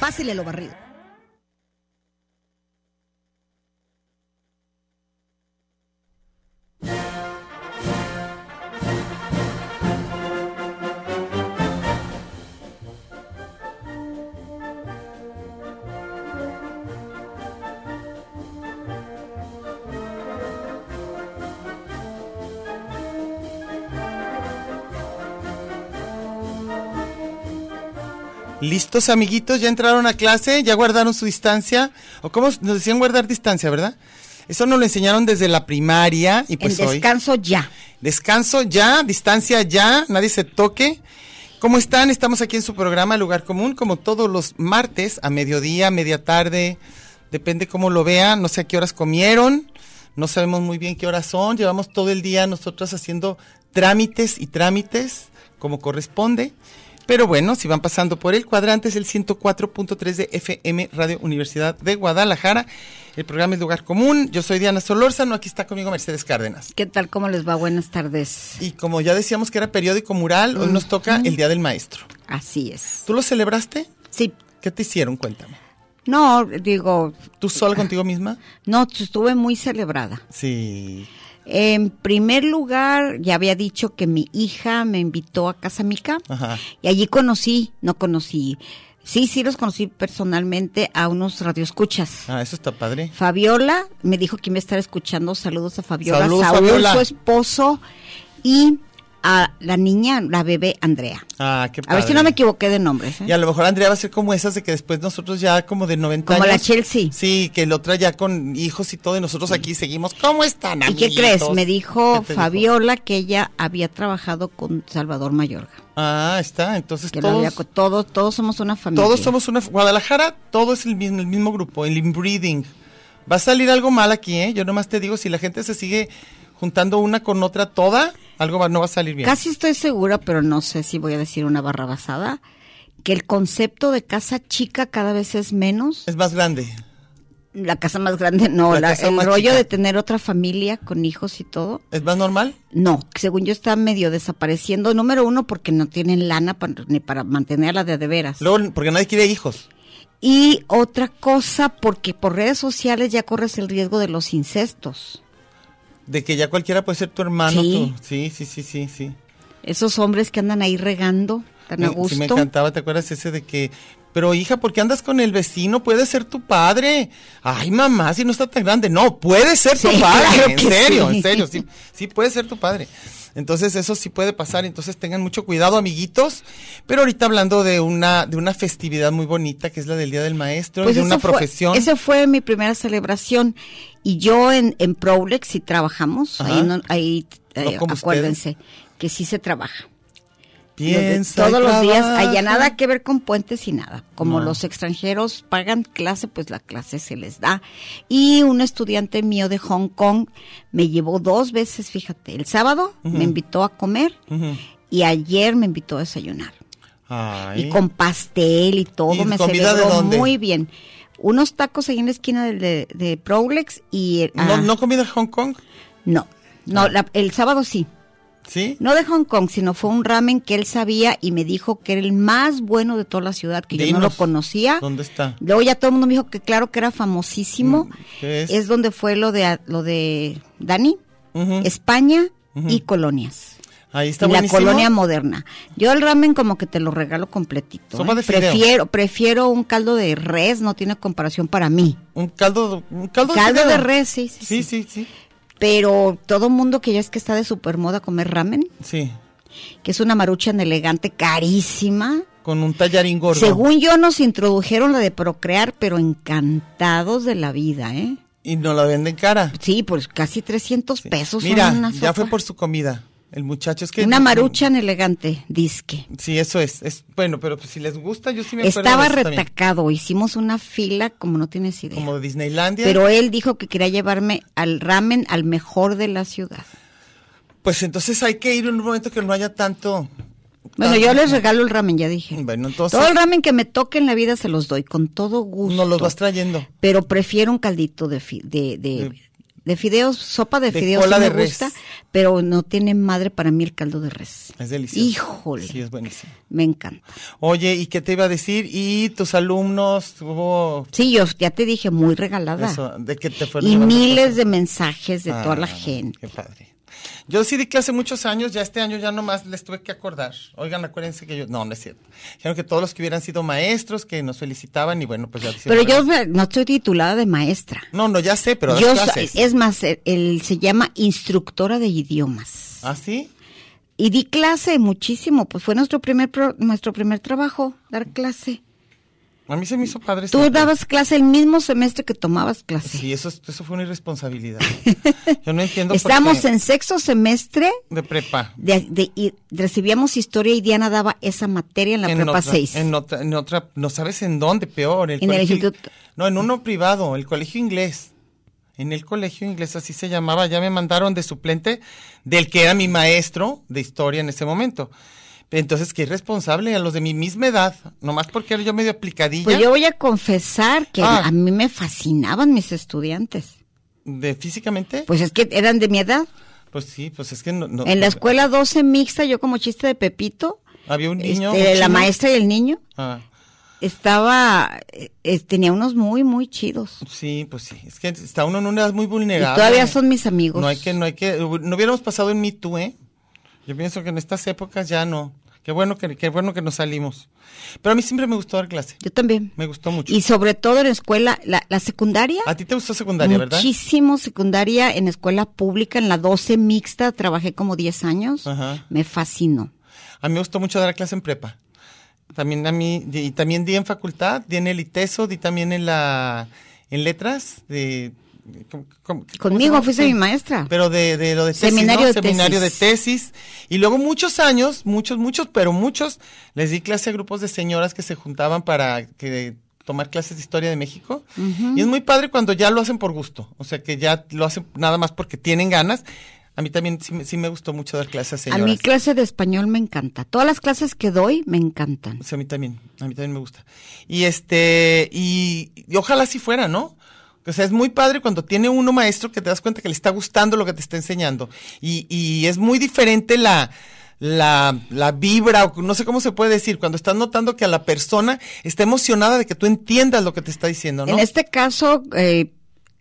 Pásele lo barrido. ¿Listos, amiguitos? ¿Ya entraron a clase? ¿Ya guardaron su distancia? ¿O cómo nos decían guardar distancia, verdad? Eso nos lo enseñaron desde la primaria y pues en hoy. descanso ya. Descanso ya, distancia ya, nadie se toque. ¿Cómo están? Estamos aquí en su programa Lugar Común, como todos los martes, a mediodía, media tarde, depende cómo lo vean, no sé a qué horas comieron, no sabemos muy bien qué horas son, llevamos todo el día nosotros haciendo trámites y trámites como corresponde. Pero bueno, si van pasando por el cuadrante, es el 104.3 de FM Radio Universidad de Guadalajara. El programa es Lugar Común. Yo soy Diana Solórzano, aquí está conmigo Mercedes Cárdenas. ¿Qué tal? ¿Cómo les va? Buenas tardes. Y como ya decíamos que era periódico mural, hoy nos toca el Día del Maestro. Así es. ¿Tú lo celebraste? Sí. ¿Qué te hicieron? Cuéntame. No, digo, ¿Tú sola Ah. contigo misma? no, estuve muy celebrada. Sí. En primer lugar, ya había dicho que mi hija me invitó a Casa Mica Ajá. y allí conocí, no conocí, sí, sí los conocí personalmente a unos radioescuchas. Ah, eso está padre. Fabiola me dijo que me estaba escuchando. Saludos a Fabiola, Saludos, Saúl, Fabiola. su esposo y a la niña, la bebé Andrea. Ah, qué A padre. ver si no me equivoqué de nombres. ¿eh? Y a lo mejor Andrea va a ser como esas de que después nosotros ya como de 90 Como años. la Chelsea. Sí, que la otra ya con hijos y todo y nosotros aquí seguimos. ¿Cómo están, ¿Y qué amiguitos? crees? Me dijo ¿Qué te Fabiola que ella había trabajado con Salvador Mayorga. Ah, está. Entonces Que lo había todos, co- todos, todos somos una familia. todos somos una... Guadalajara, todo es el mismo, el mismo grupo, el inbreeding. Va a salir algo mal aquí, ¿eh? Yo nomás te digo, si la gente se sigue juntando una con otra toda, algo va- no va a salir bien. Casi estoy segura, pero no sé si voy a decir una barra basada, que el concepto de casa chica cada vez es menos. Es más grande. La casa más grande, no. La la- casa el más rollo chica. de tener otra familia con hijos y todo. ¿Es más normal? No, según yo está medio desapareciendo. Número uno, porque no tienen lana pa- ni para mantenerla de a de veras. Luego, porque nadie quiere hijos. Y otra cosa, porque por redes sociales ya corres el riesgo de los incestos. De que ya cualquiera puede ser tu hermano. Sí. tu- sí, sí, sí, sí, sí. Esos hombres que andan ahí regando tan a Me- gusto. Sí, me encantaba, ¿te acuerdas ese de que... Pero hija, ¿por qué andas con el vecino? Puede ser tu padre. Ay, mamá, si no está tan grande. No, puede ser tu Sí, padre. claro en que serio, sí. en serio. Sí, sí, puede ser tu padre. Entonces, eso sí puede pasar. Entonces, tengan mucho cuidado, amiguitos. Pero ahorita hablando de una, de una festividad muy bonita, que es la del Día del Maestro, y de Pues eso una fue- profesión. esa fue mi primera celebración. Y yo en, en Prolex sí trabajamos. Ajá. Ahí, no- ahí, No eh, como acuérdense que sí se trabaja. Piensa y todos los días, trabaja. allá nada que ver con puentes y nada. Como No. los extranjeros pagan clase, pues la clase se les da. Y un estudiante mío de Hong Kong me llevó dos veces, fíjate, el sábado me invitó a comer Ujú. y ayer me invitó a desayunar. Ay. Y con pastel y todo, ¿Y me comida de celebró dónde? muy bien. Unos tacos ahí en la esquina del de, de Prolex y... eh, ¿No, ah, ¿No Ah. comida de Hong Kong? no, no, la- el sábado sí. ¿Sí? No de Hong Kong, sino fue un ramen que él sabía y me dijo que era el más bueno de toda la ciudad, que yo no lo Dinos, conocía. ¿Dónde está? Luego ya todo el mundo me dijo que claro que era famosísimo. Mm, ¿qué es? es? donde fue lo de lo de Dani, Ujú. España Ujú. y colonias. Ahí está Y la buenísimo. colonia moderna. Yo el ramen como que te lo regalo completito. ¿eh? Sopa de fideo. Prefiero prefiero un caldo de res, no tiene comparación para mí. Un caldo, un caldo, caldo de fideo. res, sí, sí, sí. Sí, sí, sí. Pero todo mundo que ya es que está de super moda comer ramen, Sí, que es una maruchan elegante carísima. con un tallarín gordo. Según yo nos introdujeron la de procrear, pero encantados de la vida, ¿eh? Y no la venden cara. Sí, pues casi 300 Sí. pesos. son Mira, una ya sopa. fue por su comida. El muchacho es que... Una maruchan elegante, disque. Sí, eso es. es bueno, pero pues si les gusta, yo sí me acuerdo de Estaba eso también. retacado, hicimos una fila como no tienes idea. Como Disneylandia. Pero él dijo que quería llevarme al ramen al mejor de la ciudad. Pues entonces hay que ir en un momento que no haya tanto... Bueno, tanto- yo les regalo el ramen, ya dije. Bueno, entonces Todo el ramen que me toque en la vida se los doy, con todo gusto. nos los vas trayendo. Pero prefiero un caldito de, fi- de, de, De- de fideos, sopa de, de fideos sí cola de me res. gusta, pero no tiene madre para mí el caldo de res. Es delicioso. Híjole, Sí, es buenísimo. me encanta. Oye, ¿y qué te iba a decir? ¿Y tus alumnos hubo... Sí, yo ya te dije, muy regalada. Eso, de que te fueron y llevando miles cosas? de mensajes de toda la Ah, gente. Qué padre. Yo sí di clase muchos años, ya este año ya nomás les tuve que acordar. Oigan, acuérdense que yo. No, no es cierto. Dijeron que todos los que hubieran sido maestros que nos felicitaban y bueno, pues ya Pero hicieron- yo me- no estoy titulada de maestra. No, no, ya sé, pero das yo so- clases. es más, el- el- se llama instructora de idiomas. ¿Ah, sí? Y di clase muchísimo, pues fue nuestro primer pro- nuestro primer trabajo, dar clase. A mí se me hizo padre. Tú siempre. dabas clase el mismo semestre que tomabas clase. Sí, eso, es- eso fue una irresponsabilidad. Yo no entiendo por Estábamos qué en sexto semestre, De prepa. de, de- y recibíamos historia y Diana daba esa materia en la prepa otra, 6. En otra, en otra, no sabes en dónde, peor. En el colegio- instituto. No, en uno privado, el colegio inglés. En el colegio inglés, así se llamaba, ya me mandaron de suplente del que era mi maestro de historia en ese momento. Entonces, qué irresponsable a los de mi misma edad, nomás porque era yo medio aplicadilla Pues yo voy a confesar que Ah. a mí me fascinaban mis estudiantes. de físicamente. Pues, Pues es que eran de mi edad. sí, pues es que no, no- en la escuela 12 mixta, yo como chiste de Pepito, había un niño. este, un la chino. maestra y el niño, Ah, estaba, eh, eh, tenía unos muy, muy chidos. sí, pues sí, es que está uno en una edad muy Y vulnerable. todavía son mis amigos. No hay que, no hay que, no hubiéramos pasado en Me Too, ¿eh? Yo pienso que en estas épocas ya no. Qué bueno que, qué bueno que nos salimos. Pero a mí siempre me gustó dar clase. Yo también. Me gustó mucho. Y sobre todo en la escuela, la, la secundaria. a ti te gustó secundaria, ¿verdad? Muchísimo secundaria en escuela pública, en la 12 mixta, trabajé como 10 años. Ajá. Me fascinó. A mí me gustó mucho dar clase en prepa. También a mí, y también di en facultad, di en el ITESO, di también en la, en letras, de... ¿cómo- cómo- cómo se Conmigo llama? fuiste Sí. mi maestra. Pero de, de lo de tesis, Seminario de ¿no? Seminario tesis. de tesis. Y luego muchos años, muchos, muchos, pero muchos, les di clase a grupos de señoras que se juntaban para que tomar clases de historia de México. Y es muy padre cuando ya lo hacen por gusto. O sea, que ya lo hacen nada más porque tienen ganas. A mí también sí, me- sí me gustó mucho dar clases a a señoras. mi clase de español me encanta. Todas las clases que doy me encantan. Sí, a mí también, a mí también me gusta. Y este, y, y ojalá así fuera, ¿no? O sea, es muy padre cuando tiene uno maestro que te das cuenta que le está gustando lo que te está enseñando. Y, y es muy diferente la, la, la vibra, o no sé cómo se puede decir, cuando estás notando que a la persona está emocionada de que tú entiendas lo que te está diciendo, ¿no? En este caso, eh,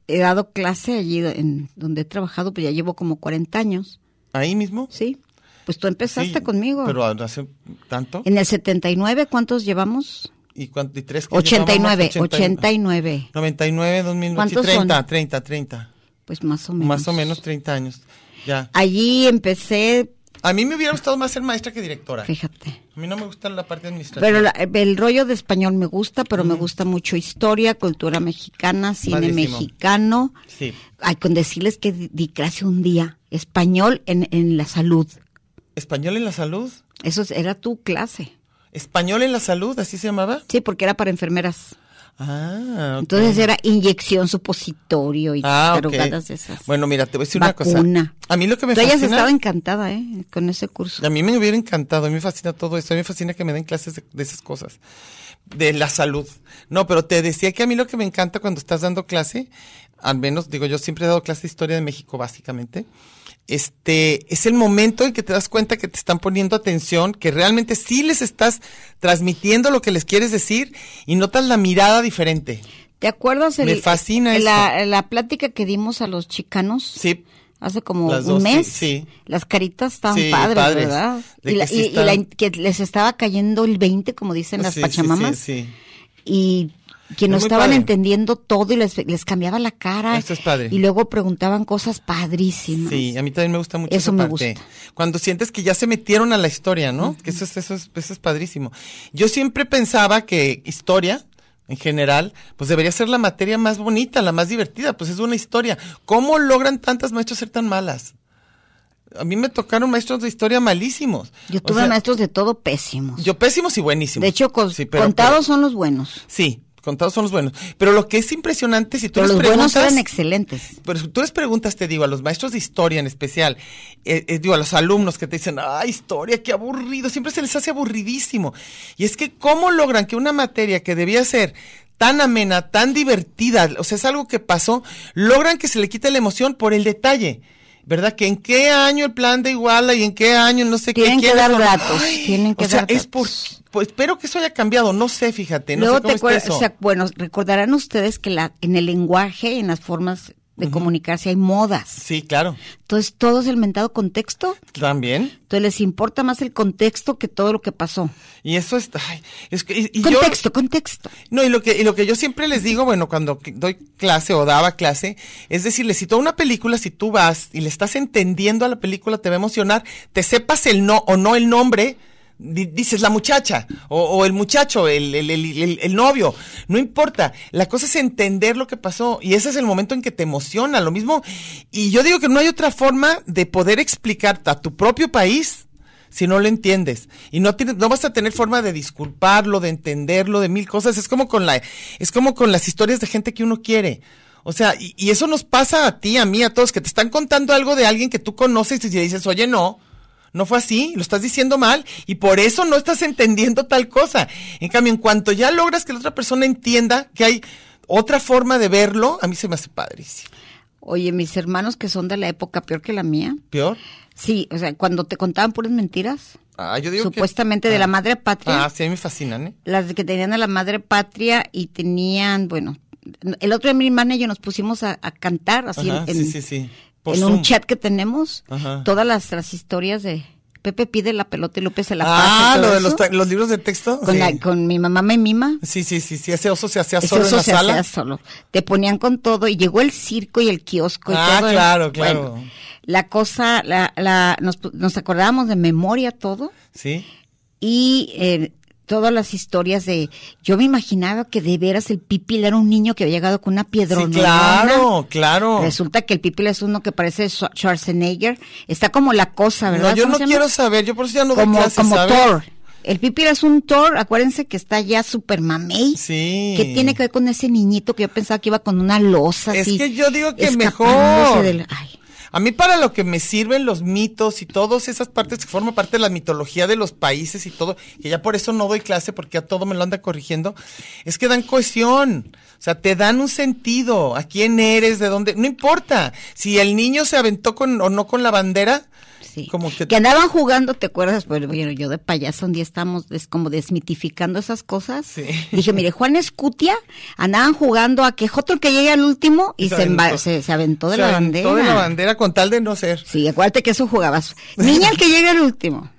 he dado clase allí en donde he trabajado, pues ya llevo como 40 años, Ahí mismo. ¿sí? Pues tú empezaste Sí, conmigo. Pero hace tanto. En el 79, ¿cuántos llevamos? ¿Y, cuánto, y tres que 89, llevábamos? 89, 99, 2000, ¿Cuántos son? 30, 30, 30. pues más o menos. Más o menos 30 años. Ya. Allí empecé, A mí me hubiera gustado más ser maestra que directora. fíjate. A mí no me gusta la parte administrativa. Pero la- el rollo de español me gusta, pero me gusta mucho historia, cultura mexicana, cine Padrísimo. mexicano. Sí. Ay, con decirles que di di clase un día, español en, en la salud. ¿Español en la salud? Eso es- era tu clase. ¿Español en la salud? ¿Así se llamaba? Sí, porque era para enfermeras. Ah, ok. Entonces era inyección, supositorio y Ah, ok. tarugadas de esas. Bueno, mira, te voy a decir una Vacuna. cosa. A mí lo que me Tú hayas fascina... estado encantada, ¿eh? Con ese curso. A mí me hubiera encantado, a mí me fascina todo esto, a mí me fascina que me den clases de, de esas cosas, de la salud. No, pero te decía que a mí lo que me encanta cuando estás dando clase, al menos digo yo siempre he dado clase de historia de México básicamente, este es el momento en que te das cuenta que te están poniendo atención, que realmente sí les estás transmitiendo lo que les quieres decir y notas la mirada diferente. ¿Te acuerdas? Me fascina la, la plática que dimos a los chicanos. Sí, Hace como Las un dos, sí, mes. sí. Las caritas estaban Sí, padres, padres. ¿verdad? De Y, que la- sí y- y están- la in- que les estaba cayendo el 20, como dicen las Sí, sí, sí, pachamamas. sí. Y que no Es muy estaban padre. entendiendo todo y les, les cambiaba la cara. Esto es padre. Y luego preguntaban cosas padrísimas. Sí, a mí también me gusta mucho Eso esa me parte. gusta. Cuando sientes que ya se metieron a la historia, ¿no? Que eso es, eso es, eso es padrísimo. Yo siempre pensaba que historia, en general, pues debería ser la materia más bonita, la más divertida, pues es una historia. ¿Cómo logran tantas maestras ser tan malas? A mí me tocaron maestros de historia malísimos. Yo O tuve sea, maestros de todo pésimos. Yo pésimos y buenísimos. de hecho, con- Sí, pero- contados son los buenos. pero- sí, contados son los buenos. Pero lo que es impresionante, si tú Pero les los buenos preguntas- eran excelentes. pero si tú les preguntas, te digo, a los maestros de historia en especial, eh, eh, digo, a los alumnos que te dicen, ah, historia, qué aburrido, siempre se les hace aburridísimo. Y es que, ¿cómo logran que una materia que debía ser tan amena, tan divertida, o sea, es algo que pasó, logran que se le quite la emoción por el detalle? ¿Verdad? Que en qué año el plan de Iguala y en qué año no sé Tienen qué. que quiénes dar formaron- datos, tienen que o sea, dar es por... datos. Pues espero que eso haya cambiado, no sé, fíjate, Este, no Luego sé cómo te está acuerdas, eso. o sea, bueno, recordarán ustedes que la, en el lenguaje, en las formas de comunicarse hay modas. sí, claro, Entonces, todo es el mentado contexto. también. Entonces, les importa más el contexto que todo lo que pasó. Y eso es, ay, es que, y- y yo- contexto, contexto. No, y lo que, y lo que yo siempre les digo, bueno, cuando que- doy clase o daba clase, es decirles, si toda una película, si tú vas y le estás entendiendo a la película, te va a emocionar, te sepas el no o no el nombre, di- dices la muchacha o, o el muchacho, el, el- el- el- el novio, no importa. La cosa es entender lo que pasó y ese es el momento en que te emociona, lo mismo. Y yo digo que no hay otra forma de poder explicar a tu propio país si no lo entiendes y no tienes no vas a tener forma de disculparlo de entenderlo de mil cosas es como con la es como con las historias de gente que uno quiere o sea y, y eso nos pasa a ti a mí a todos que te están contando algo de alguien que tú conoces y le dices oye no no fue así, lo estás diciendo mal y por eso no estás entendiendo tal cosa. En cambio, en cuanto ya logras que la otra persona entienda que hay otra forma de verlo, a mí se me hace padrísimo. Oye, mis hermanos que son de la época peor que la mía. ¿Peor? Sí, o sea, cuando te contaban puras mentiras, Ah, yo digo que- supuestamente de la madre patria. Ah, sí, a mí me fascinan, ¿eh? las que tenían a la madre patria y tenían, bueno, el otro día mi hermana y yo nos pusimos a, a cantar así Ajá, en, sí, en- sí, sí. Por en Zoom. un chat que tenemos, Ajá. todas las, las historias de Pepe pide la pelota y Lupe se la pasa. Ah, y todo lo de eso. los, ta- los libros de texto. con, sí. la- con mi mamá me mima. sí, sí, sí, sí, ese oso se hacía Ese solo oso en la se sala. hacía solo. Te ponían con todo y llegó el circo y el kiosco y Ah, todo. claro, Bueno, claro. la cosa, la, la, nos, pu- nos acordábamos de memoria todo Sí. y eh, todas las historias de. Yo me imaginaba que de veras el pipil era un niño que había llegado con una Sí, piedrona. claro, claro. Resulta que el pipil es uno que parece Schwa- Schwarzenegger. Está como la cosa, ¿verdad? No, yo ¿Cómo no se llama? quiero saber, yo por eso ya no doy como, clases, como ¿sabes? Thor. El pipil es un Thor, acuérdense que está ya super mamey. Sí. ¿Qué tiene que ver con ese niñito que yo pensaba que iba con una losa Es así? que yo digo que escapándose mejor. del- ay, A mí para lo que me sirven los mitos y todas esas partes que forman parte de la mitología de los países y todo, que ya por eso no doy clase porque a todo me lo anda corrigiendo, es que dan cohesión, o sea, te dan un sentido, a quién eres, de dónde, no importa, si el niño se aventó con o no con la bandera, sí. como que... andaban jugando, ¿te acuerdas? Pues, bueno, yo de payaso un día estamos des- como desmitificando esas cosas. Sí. Dije, mire, Juan Escutia andaban jugando a que Joto el que llegue al último y Se se, emba- aventó. se- se aventó de se la aventó bandera. de la bandera con tal de no ser. Sí, acuérdate que eso jugabas. Niña el que llegue al último.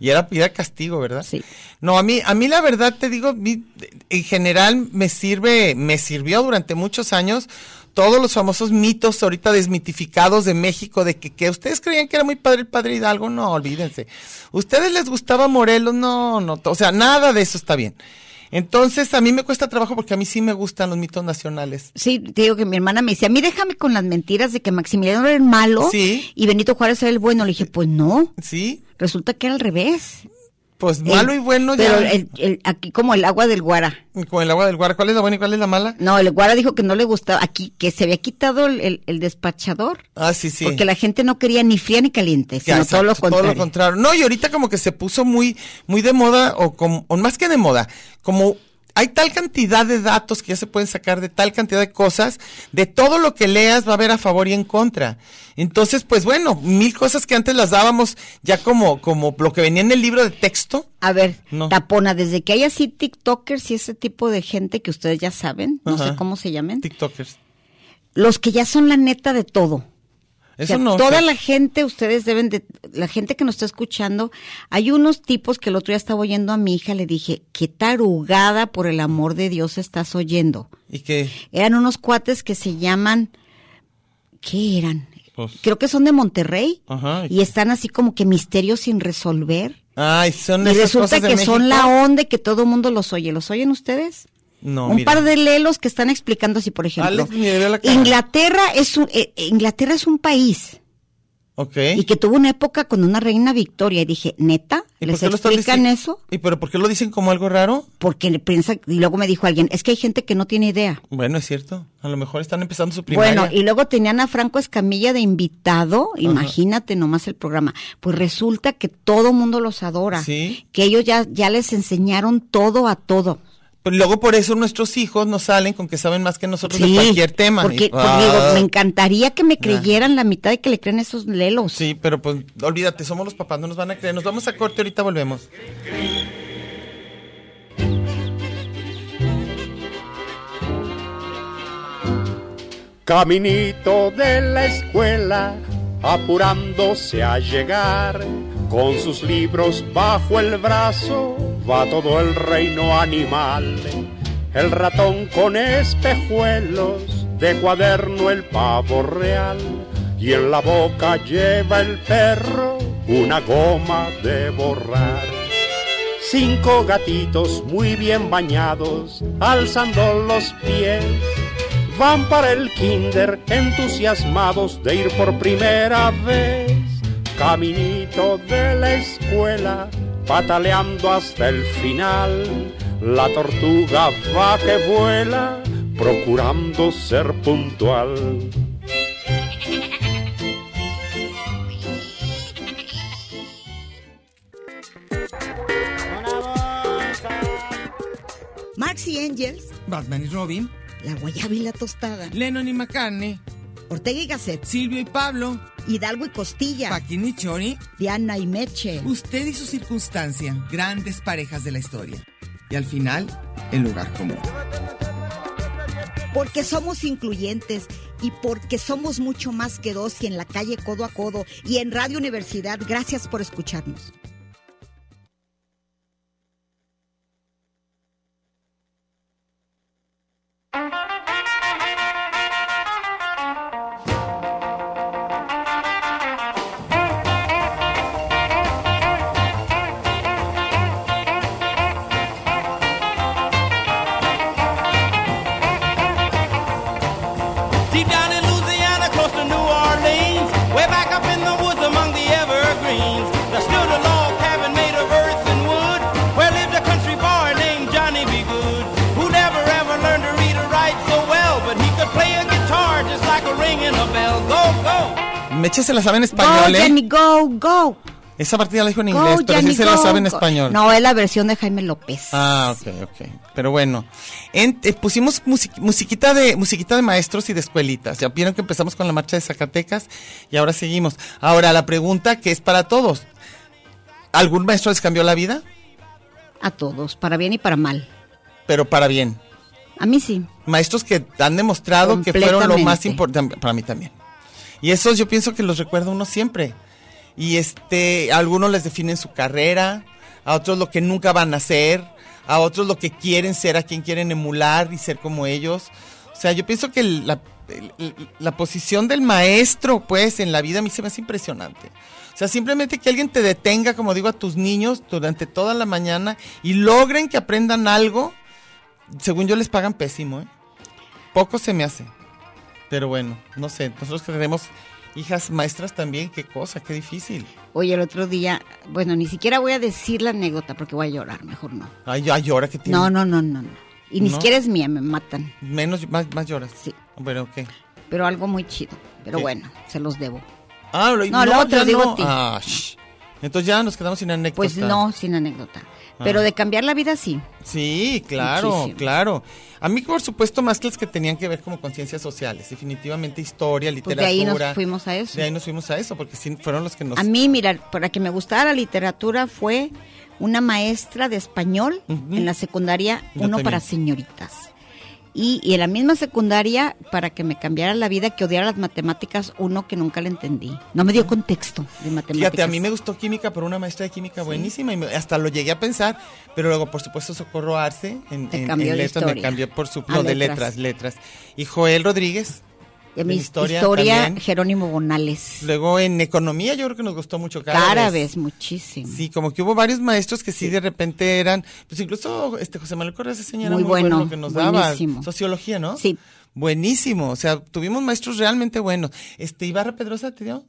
Y era, y era castigo, ¿verdad? Sí. No, a mí, a mí la verdad te digo, mi- en general me sirve, me sirvió durante muchos años todos los famosos mitos ahorita desmitificados de México, de que, que ustedes creían que era muy padre el padre Hidalgo, no, olvídense. ¿Ustedes les gustaba Morelos? No, no, o sea, nada de eso está bien. Entonces, a mí me cuesta trabajo porque a mí sí me gustan los mitos nacionales. Sí, te digo que mi hermana me decía, a mí déjame con las mentiras de que Maximiliano era el malo Sí. y Benito Juárez era el bueno. Le dije, pues no, ¿Sí? resulta que era al revés. Pues malo El- y bueno Pero ya. el- el- aquí como el agua del Guara. Con el agua del guarda, ¿cuál es la buena y cuál es la mala? No, el Guara dijo que no le gustaba, aquí que se había quitado el, el- el despachador. Ah, sí, sí. Porque la gente no queería ni fría ni caliente, Que sino exacto, todo lo contrario. No, y ahorita como que se puso muy, muy de moda, o, como, o más que de moda, como hay tal cantidad de datos que ya se pueden sacar de tal cantidad de cosas, de todo lo que leas va a haber a favor y en contra. Entonces, pues bueno, mil cosas que antes las dábamos ya como, como lo que venía en el libro de texto. A ver, No. tapona, desde que hay así TikTokers y ese tipo de gente que ustedes ya saben, no Ajá. sé cómo se llamen, TikTokers. los que ya son la neta de todo. O sea, Eso no. toda o sea, la gente, ustedes deben de, la gente que nos está escuchando, hay unos tipos que el otro día estaba oyendo a mi hija, le dije, qué tarugada por el amor de Dios estás oyendo. Y que. Eran unos cuates que se llaman, ¿qué eran? Pues- Creo que son de Monterrey Ajá. y están así como que misterios sin resolver. Ay, son Y esas resulta cosas de que son la México. onda y que todo el mundo los oye. ¿Los oyen ustedes? No, un mira. par de lelos que están explicando así, por ejemplo. Alex, mira, veo la cara. Inglaterra es un, eh, Inglaterra es un país Ok. y que tuvo una época con una reina Victoria. Y dije, ¿neta? ¿Y ¿Les por qué lo están explican dici- eso? ¿Y pero por qué lo dicen como algo raro? Porque le piensa, y luego me dijo alguien, es que hay gente que no tiene idea. Bueno, es cierto. A lo mejor están empezando su primaria. Bueno, y luego tenían a Franco Escamilla de invitado, imagínate nomás el programa. Pues resulta que todo mundo los adora, Sí. que ellos ya, ya les enseñaron todo a todo. Pero Pues luego por eso nuestros hijos nos salen con que saben más que nosotros de Sí, cualquier tema. Porque, Y- porque Ah. digo, me encantaría que me creyeran la mitad de que le creen esos lelos. Sí, pero pues olvídate, somos los papás, no nos van a creer. Nos vamos a corte, ahorita volvemos. Caminito de la escuela, apurándose a llegar, con sus libros bajo el brazo, va todo el reino animal. El ratón con espejuelos, de cuaderno el pavo real, y en la boca lleva el perro una goma de borrar. Cinco gatitos muy bien bañados, alzando los pies, van para el kinder entusiasmados de ir por primera vez. Caminito de la escuela, pataleando hasta el final, la tortuga va que vuela, procurando ser puntual. Marx y Angels, Batman y Robin, La Guayaba y la Tostada, Lennon y McCartney, Ortega y Gasset, Silvio y Pablo, Hidalgo y Costilla, Paquín y Chori, Diana y Meche. usted y su circunstancia, grandes parejas de la historia. Y al final, el lugar común. Porque somos incluyentes y porque somos mucho más que dos y en la calle codo a codo y en Radio Universidad. Gracias por escucharnos. Deep down in Louisiana, close to New Orleans, way back up in the woods among the evergreens, there stood a log cabin made of earth and wood, where lived a country boy named Johnny B. Good, who never ever learned to read or write so well, but he could play a guitar just like a ring in a bell. Go, go! Meche se la sabe en Go, español, ¿eh? Jenny, go, go. Esa partida la dijo en Go, inglés, pero Jenny, sí se la go, sabe en go. español. No, es la versión de Jaime López. Ah, ok, ok. Pero bueno, En- eh, pusimos musiqui- musiquita de musiquita de maestros y de escuelitas. Ya vieron que empezamos con la marcha de Zacatecas y ahora seguimos. Ahora la pregunta que es para todos. ¿Algún maestro les cambió la vida? A todos, para bien y para mal. Pero para bien. A mí sí. Maestros que han demostrado que fueron lo más Completamente. importante para mí también. Y esos yo pienso que los recuerda uno siempre. Y este, a algunos les definen su carrera, a otros lo que nunca van a ser, a otros lo que quieren ser, a quien quieren emular y ser como ellos. O sea, yo pienso que el- la, el- el- la posición del maestro, pues, en la vida a mí se me hace impresionante. O sea, simplemente que alguien te detenga, como digo, a tus niños durante toda la mañana y logren que aprendan algo, según yo les pagan pésimo, ¿eh? Poco se me hace. Pero bueno, no sé, nosotros que tenemos hijas maestras también, qué cosa, qué difícil. Oye, el otro día, bueno, ni siquiera voy a decir la anécdota porque voy a llorar, mejor no. Ay, ay llora que tiene. No, no, no, no. no. Y ni ¿No? siquiera es mía, me matan. Menos, más, más lloras. Sí. Bueno, ok. Pero algo muy chido. Pero ¿Qué? bueno, se los debo. Ah, lo- No, luego te ya lo digo a ti. Ah, shh. Entonces ya nos quedamos sin anécdota. Pues no, sin anécdota. Pero Ah. de cambiar la vida sí. Sí, claro, Muchísimo. claro. A mí, por supuesto, más que las que tenían que ver como con ciencias sociales, definitivamente historia, Pues literatura. de ahí nos fuimos a eso. De ahí nos fuimos a eso, porque sí fueron los que nos... A mí, mira, para que me gustara la literatura fue una maestra de español Ujú. en la secundaria, Yo uno también. para señoritas. Y, y en la misma secundaria, para que me cambiara la vida, que odiara las matemáticas, uno que nunca le entendí. No me dio contexto de matemáticas. Ah. Fíjate, a mí me gustó química por una maestra de química buenísima y me- hasta lo llegué a pensar, pero luego, por supuesto, Socorro Arce en, Te en- cambió en de letras me historia. cambió por su, A no, de letras. letras, letras. Y Joel Rodríguez, Y a en mí historia historia, también. Jerónimo Bonales. luego en economía yo creo que nos gustó mucho cada, Cada vez. vez muchísimo. Sí, como que hubo varios maestros que sí, de repente eran, pues incluso este José Manuel Correa ese señor era Muy muy, bueno, bueno, lo que nos buenísimo. daba, sociología, ¿no? Sí. Buenísimo, o sea, tuvimos maestros realmente buenos. Este Ibarra Pedrosa te dio?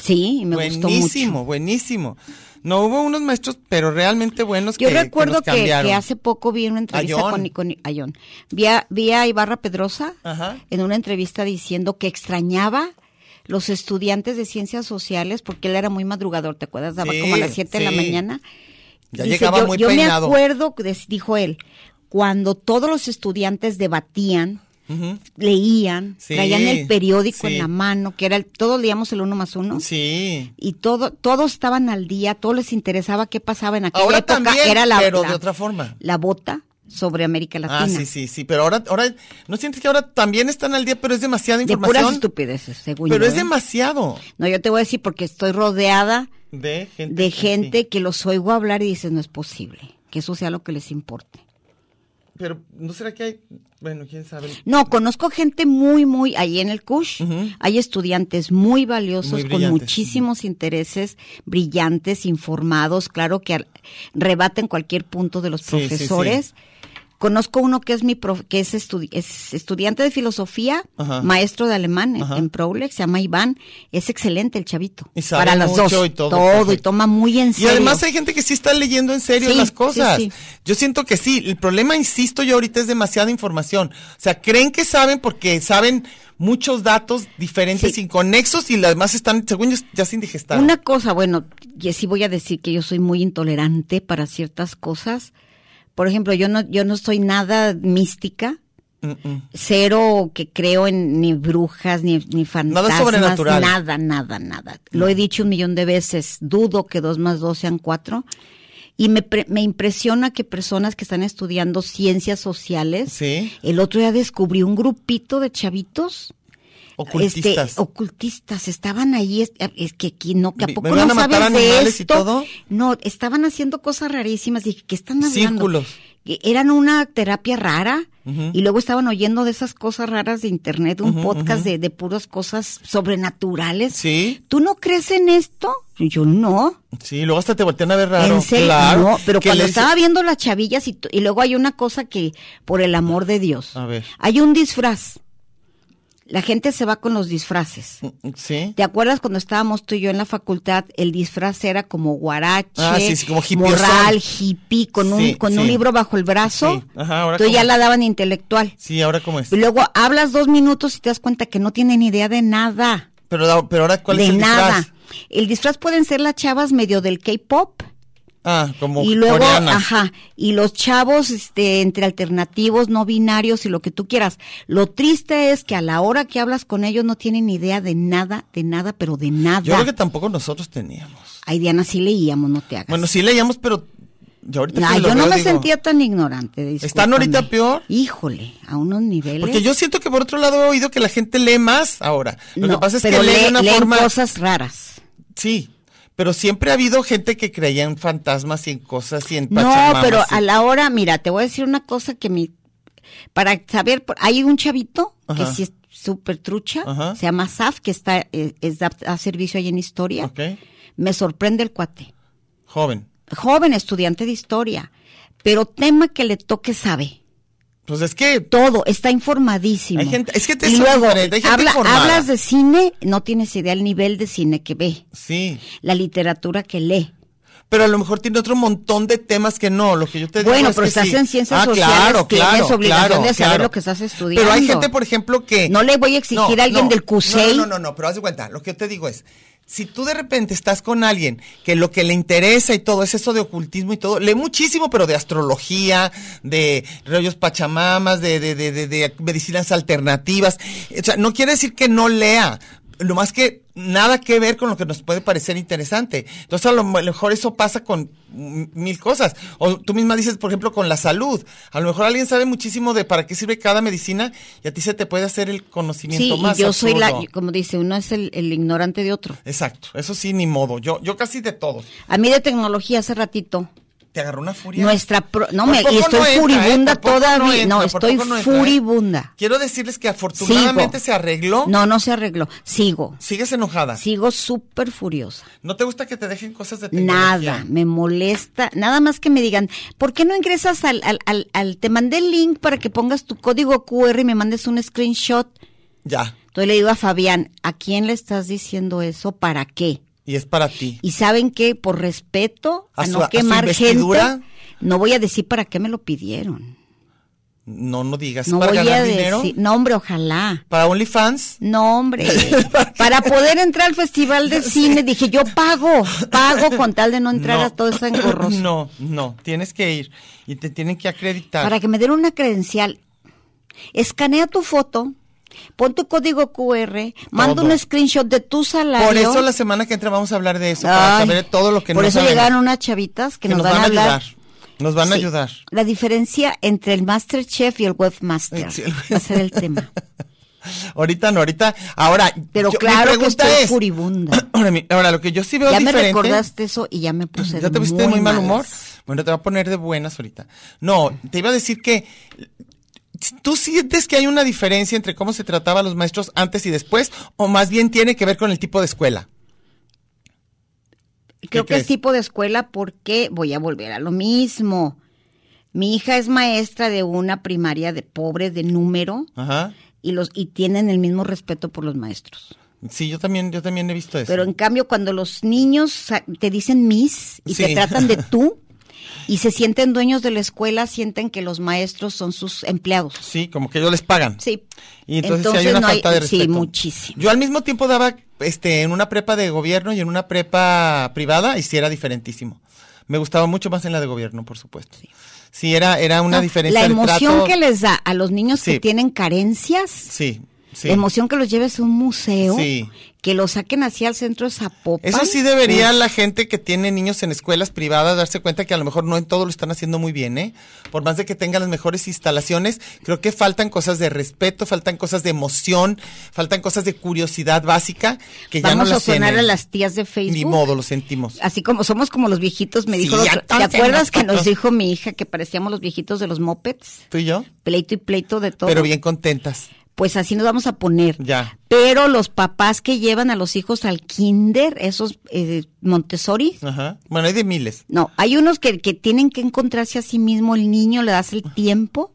Sí, y me gustó mucho. buenísimo, buenísimo. No hubo unos maestros, pero realmente buenos Yo que recuerdo nos que, que cambiaron. hace poco vi una entrevista Ayón. con, con Ayón. Vi a, vi a Ibarra Pedrosa Ajá. en una entrevista diciendo que extrañaba los estudiantes de ciencias sociales porque él era muy madrugador, ¿te acuerdas? Daba Sí, como a las 7 de la sí. mañana. Ya Dice, llegaba yo, muy yo peinado. me acuerdo, de- dijo él, cuando todos los estudiantes debatían, Ujú. leían, Sí, traían el periódico en sí. la mano, que era el, todos leíamos el uno más uno Sí. y todo, todos estaban al día, todos les interesaba qué pasaba en aquella Ahora época. también, era la, pero la- de otra forma. La bota sobre América Latina. Ah, sí, sí, sí, pero ahora, ahora, ¿no sientes que ahora también están al día, pero es demasiada De puras información? estupideces, según pero yo, es ¿eh? demasiado No, yo te voy a decir porque estoy rodeada de gente. de que sí. gente que los oigo hablar y dices, no es posible, que eso sea lo que les importe. Pero, ¿no será que hay, bueno, quién sabe? No, conozco gente muy, muy, ahí en el CUSH, Ujú. hay estudiantes muy valiosos, Muy con brillantes. muchísimos intereses, brillantes, informados, claro que al- rebaten cualquier punto de los Sí, sí, profesores. Conozco uno que es mi prof- que es, estudi- es estudiante de filosofía, Ajá. maestro de alemán en, Ajá. en Prolec, se llama Iván, es excelente el chavito. Y sabe para las mucho dos, y todo, y perfecto. toma muy en Y serio. además hay gente que sí está leyendo en serio Sí, las cosas. sí, sí. Yo siento que sí. El problema, insisto yo ahorita, es demasiada información. O sea, creen que saben porque saben muchos datos diferentes, Sí. inconexos y además están, según yo, ya sin digestar. Una cosa, bueno, y sí voy a decir que yo soy muy intolerante para ciertas cosas. Por ejemplo, yo no, yo no soy nada mística, cero que creo en ni brujas, ni, ni fantasmas, sobrenatural. nada, nada, nada. Lo he dicho un millón de veces, dudo que dos más dos sean cuatro. Y me, pre- me impresiona que personas que están estudiando ciencias sociales, Sí. el otro día descubrí un grupito de chavitos Ocultistas. este, ocultistas, estaban ahí, es, es que aquí no, que a Vi- poco ¿venían no a matar sabes de animales y esto. todo? No, estaban haciendo cosas rarísimas, dije, ¿qué están hablando? Círculos. Que Eran una terapia rara Ujú. y luego estaban oyendo de esas cosas raras de internet, un Ujú, podcast ujú. de, de puras cosas sobrenaturales. Sí, ¿Tú no crees en esto? Yo no. sí, luego hasta te voltean a ver raro. en serio, claro, no, pero que cuando les- estaba viendo las chavillas y, t- y luego hay una cosa que, por el amor de Dios, A ver. hay un disfraz. La gente se va con los Mm. disfraces. Sí. ¿Te acuerdas cuando estábamos tú y yo en la facultad? El disfraz era como guarache, Ah, sí, sí, como hippiosón. morral, hippie, con, un, Sí, con un sí. libro bajo el brazo. Sí, ajá, ahora tú ya como- la daban intelectual. Sí, ahora cómo es. Y luego hablas dos minutos y te das cuenta que no tienen idea de nada. Pero, pero ahora, ¿cuál de es el nada. disfraz? El disfraz pueden ser las chavas medio del K-pop Ah, como y luego, coreanas. ajá, y los chavos este entre alternativos, no binarios y lo que tú quieras. Lo triste es que a la hora que hablas con ellos no tienen idea de nada, de nada, pero de nada. Yo creo que tampoco nosotros teníamos. Ay, Diana, sí leíamos, no te hagas. Bueno, sí leíamos, pero yo ahorita Ay, que lo yo no veo, me digo- sentía tan ignorante. discúlpame. ¿Están ahorita peor? Híjole, a unos niveles. Porque yo siento que por otro lado he oído que la gente lee más ahora. Lo No, que pasa es pero que lee lee- de una leen forma. cosas raras. Sí, pero siempre ha habido gente que creía en fantasmas y en cosas y en No, pachamamas pero y- a la hora, mira, te voy a decir una cosa que mi para saber, por- hay un chavito que Ajá. sí es súper trucha, Ajá. se llama Saf, que está eh, es, da da servicio ahí en historia. Ok, Me sorprende el cuate. joven. Joven estudiante de historia, pero tema que le toque sabe. Pues es que. Todo, está informadísimo. Hay gente- es que te y es luego, diferente, hay gente habla- informada. hablas de cine, no tienes idea el nivel de cine que ve, Sí, la literatura que lee. pero a lo mejor tiene otro montón de temas que no. Lo que yo te digo Bueno, es pero que estás sí. en ciencias Ah, sociales, claro, tienes claro, obligación claro, de saber claro. lo que estás estudiando. Pero hay gente, por ejemplo, que. No le voy a exigir a alguien del CUSEI. Eh, No, no, no, no, pero haz de cuenta, lo que yo te digo es, si tú de repente estás con alguien que lo que le interesa y todo es eso de ocultismo y todo, lee muchísimo, pero de astrología, de rollos pachamamas, de, de, de, de- de medicinas alternativas, o sea, no quiere decir que no lea, lo más que nada que ver con lo que nos puede parecer interesante. Entonces, a lo mejor eso pasa con mm, mil cosas. O tú misma dices, por ejemplo, con la salud. A lo mejor alguien sabe muchísimo de para qué sirve cada medicina y a ti se te puede hacer el Sí, conocimiento y más. yo soy la, absurdo. como dice, uno es el, el ignorante de otro. Exacto, eso sí, ni modo. Yo, yo casi de todos. A mí de tecnología hace ratito. Te agarró una furia. Nuestra pro- no Por me poco y estoy no entra, ¿eh? furibunda Por poco todavía. No, entra, por estoy poco no entra, ¿eh? furibunda. Quiero decirles que afortunadamente Sigo. se arregló. No, no se arregló. Sigo. Sigues enojada. Sigo súper furiosa. ¿No te gusta que te dejen cosas de tecnología? Nada, me molesta. Nada más que me digan, ¿por qué no ingresas al, al, al, al- Te mandé el link para que pongas tu código QR y me mandes un screenshot. Ya. Entonces le digo a Fabián, ¿a quién le estás diciendo eso? ¿Para qué? Y es para ti. Y saben que por respeto a, A su- a no su quemar gente, investidura. no voy a decir para qué me lo pidieron. No, no digas. No para voy ganar a dinero. decir, no hombre, ojalá. Para OnlyFans. No, hombre. Para poder entrar al festival de cine, dije, yo pago, pago con tal de no entrar no. a todo ese engorroso. No, no. Tienes que ir. Y te tienen que acreditar. Para que me den una credencial. Escanea tu foto, pon tu código QR, manda Todo. un screenshot de tu salario. Por eso la semana que entra vamos a hablar de eso. Para Ay, saber todo lo que Por no eso sabemos. llegaron unas chavitas que, Que nos, van a hablar. ayudar. Nos van a Sí. ayudar. La diferencia entre el Masterchef y el Webmaster. Sí, el- Va a ser el tema. Ahorita no, ahorita. Ahora. Pero yo- mi claro que pregunta estoy es- furibunda. Ahora, mi- ahora, lo que yo sí veo Ya me diferente. recordaste eso y ya me puse ¿Ya de te viste de muy mal humor? malas. Bueno, te voy a poner de buenas ahorita. No, te iba a decir que tú sientes que hay una diferencia entre cómo se trataba a los maestros antes y después, o más bien tiene que ver con el tipo de escuela. Creo que crees? es tipo de escuela porque voy a volver a lo mismo. Mi hija es maestra de una primaria de pobres de número Ajá. y los y tienen el mismo respeto por los maestros. Sí, yo también, yo también he visto eso. Pero en cambio cuando los niños sa- te dicen miss y Sí. te tratan de tú y se sienten dueños de la escuela, sienten que los maestros son sus empleados. Sí, como que ellos les pagan. Sí. Y entonces, sí hay una no falta de respeto. Sí, muchísimo. Yo al mismo tiempo daba este en una prepa de gobierno y en una prepa privada y sí era diferentísimo. Me gustaba mucho más en la de gobierno, por supuesto. Sí, era era una No, diferencia la de emoción trato. que les da a los niños Sí. que tienen carencias. Sí, sí. La emoción que los lleves a un museo, Sí. que los saquen hacia el centro de Zapopan. Eso sí debería la gente que tiene niños en escuelas privadas darse cuenta que a lo mejor no en todo lo están haciendo muy bien, ¿eh? Por más de que tengan las mejores instalaciones, creo que faltan cosas de respeto, faltan cosas de emoción, faltan cosas de curiosidad básica que ya no Vamos a las sonar tienen. a las tías de Facebook. Ni modo, lo sentimos. Así como somos como los viejitos, me Sí, dijo. el otro- ¿Te entonces acuerdas que nos nosotros- dijo mi hija que parecíamos los viejitos de los mopeds? Tú y yo, Pleito y pleito de todo. pero bien contentas. Pues así nos vamos a poner. Ya. Pero los papás que llevan a los hijos al kinder, esos eh, Montessori, Ajá. Bueno, hay de miles. No, hay unos que, que tienen que encontrarse a sí mismo, el niño le das el tiempo.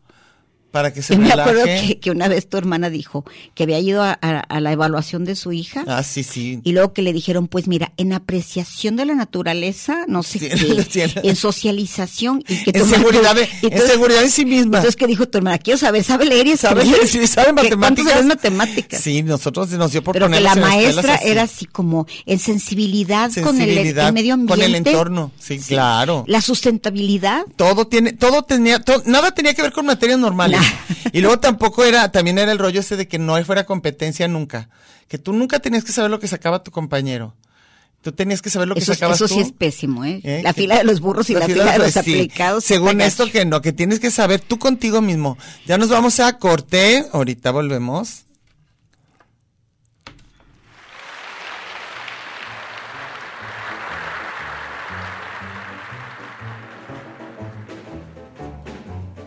Para que se Yo me relaje. acuerdo que, que una vez tu hermana dijo que había ido a, a- a la evaluación de su hija Ah, sí, sí. y luego que le dijeron, pues mira, en apreciación de la naturaleza, no sé Sí, qué, sí. en socialización y que En tu hermana- seguridad, de- y en entonces- seguridad en sí misma. Entonces que dijo tu hermana, quiero saber, sabe leer y ¿Sabe? escribir. Sí, sabe ¿Qué- cuánto matemáticas. sabe matemáticas? Sí, nosotros nos dio por Pero que la ponerlos en escuelas maestra así. era así como en sensibilidad, con el- el, Sensibilidad, medio ambiente. con el entorno, sí, claro. La sustentabilidad. Todo tiene, todo tenía, to- nada tenía que ver con materias normales. Nah. Y luego tampoco era, también era el rollo ese de que no fuera competencia nunca. Que tú nunca tenías que saber lo que sacaba tu compañero. Tú tenías que saber lo que Eso, sacabas eso tú. sí es pésimo, ¿eh? ¿Eh? La Que- fila de los burros y la, fila de los sí. aplicados. Según está esto gacho. que no, que tienes que saber tú contigo mismo. Ya nos vamos a corte, ahorita volvemos.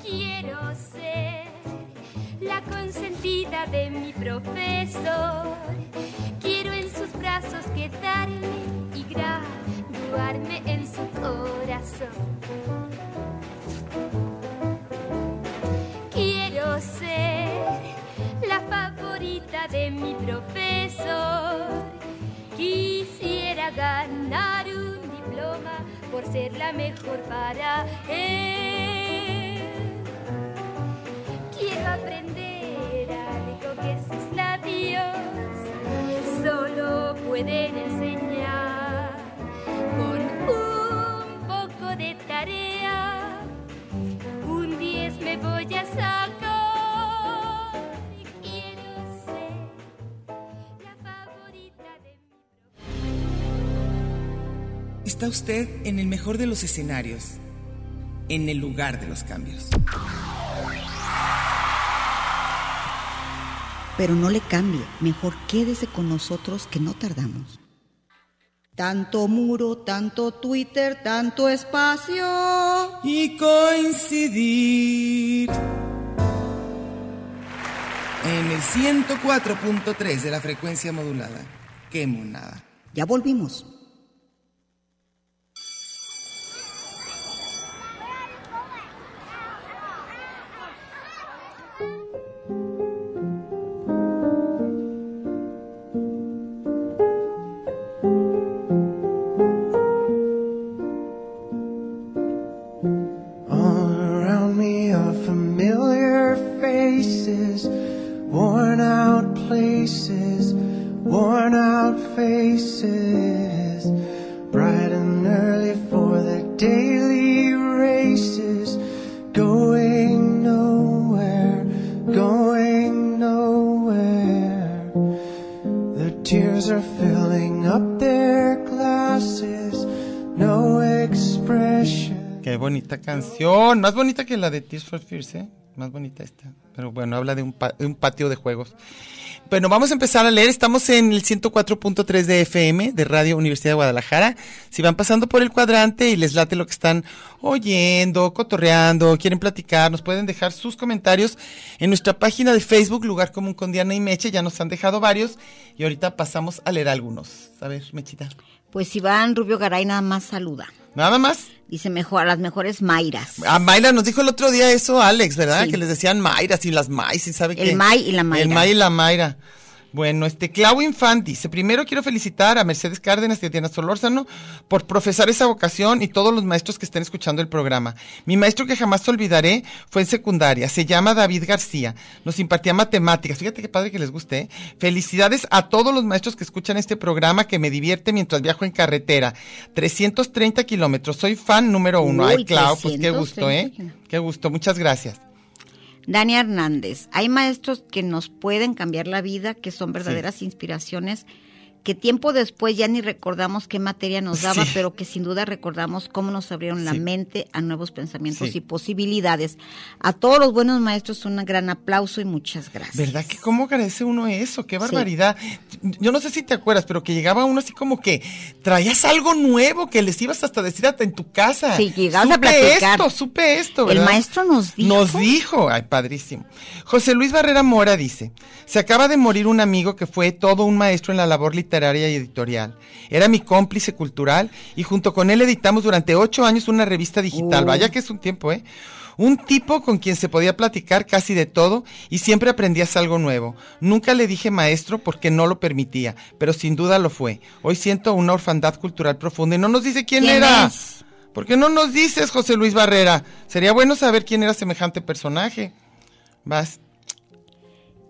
Quiero ser la consentida de mi profesor. Quiero en sus brazos quedarme y graduarme en su corazón. Quiero ser la favorita de mi profesor. Quisiera ganar un diploma por ser la mejor para él. Quiero aprender algo que sus labios solo pueden enseñar. Con un poco de tarea, un 10 me voy a sacar. Quiero ser la favorita de mi Está usted en el mejor de los escenarios, en el lugar de los cambios. Pero no le cambie, mejor quédese con nosotros que no tardamos. Tanto muro, tanto Twitter, tanto espacio. Y coincidir en el 104.3 de la frecuencia modulada. ¡Qué monada! Ya volvimos. All around me are familiar faces, worn out places, worn out faces. Bright and early for the daily races, going nowhere, going nowhere. Their tears are filling up their glasses, no expression. Qué bonita canción, más bonita que la de Tears for Fears, ¿eh? Más bonita esta. Pero bueno, habla de un, pa- de un patio de juegos. Bueno, vamos a empezar a leer. Estamos en el 104.3 de FM de Radio Universidad de Guadalajara. Si van pasando por el cuadrante y les late lo que están oyendo, cotorreando, quieren platicar, nos pueden dejar sus comentarios en nuestra página de Facebook, Lugar Común con Diana y Meche. Ya nos han dejado varios y ahorita pasamos a leer algunos. A ver, Mechita. Pues Iván Rubio Garay nada más saluda. Nada más. Dice mejor, a las mejores Mayras. A Ah, Mayra nos dijo el otro día eso, Alex, ¿verdad? Sí. Que les decían Mayras y las Mays y sabe El qué. May y la Mayra. El May y la Mayra. Bueno, este, Clau Infante dice, primero quiero felicitar a Mercedes Cárdenas y a Diana Solórzano por profesar esa vocación y todos los maestros que estén escuchando el programa. Mi maestro que jamás olvidaré fue en secundaria, se llama David García, nos impartía matemáticas, fíjate qué padre que les guste. ¿eh? Felicidades a todos los maestros que escuchan este programa que me divierte mientras viajo en carretera. 330 kilómetros, soy fan número uno. Uy, Ay, Clau, pues qué gusto, 330 ¿eh? Qué gusto, muchas gracias. Dani Hernández, hay maestros que nos pueden cambiar la vida, que son verdaderas inspiraciones, que tiempo después ya ni recordamos qué materia nos daba, Sí. pero que sin duda recordamos cómo nos abrieron la Sí. mente a nuevos pensamientos Sí. y posibilidades. A todos los buenos maestros un gran aplauso y muchas gracias. ¿Verdad que cómo agradece uno eso? ¡Qué barbaridad! Yo no sé si te acuerdas, pero que llegaba uno así como que traías algo nuevo que les ibas hasta a decir hasta en tu casa. Sí, llegabas a Supe platicar. esto, supe esto, El ¿verdad? maestro nos dijo. Nos dijo, ay, padrísimo. José Luis Barrera Mora dice, se acaba de morir un amigo que fue todo un maestro en la labor literaria y editorial. Era mi cómplice cultural y junto con él editamos durante ocho años una revista digital. Oh. Vaya que es un tiempo, ¿eh? Un tipo con quien se podía platicar casi de todo y siempre aprendías algo nuevo. Nunca le dije maestro porque no lo permitía, pero sin duda lo fue. Hoy siento una orfandad cultural profunda y no nos dice quién, ¿Quién era. es? ¿Por qué no nos dices, José Luis Barrera? Sería bueno saber quién era semejante personaje. Vas.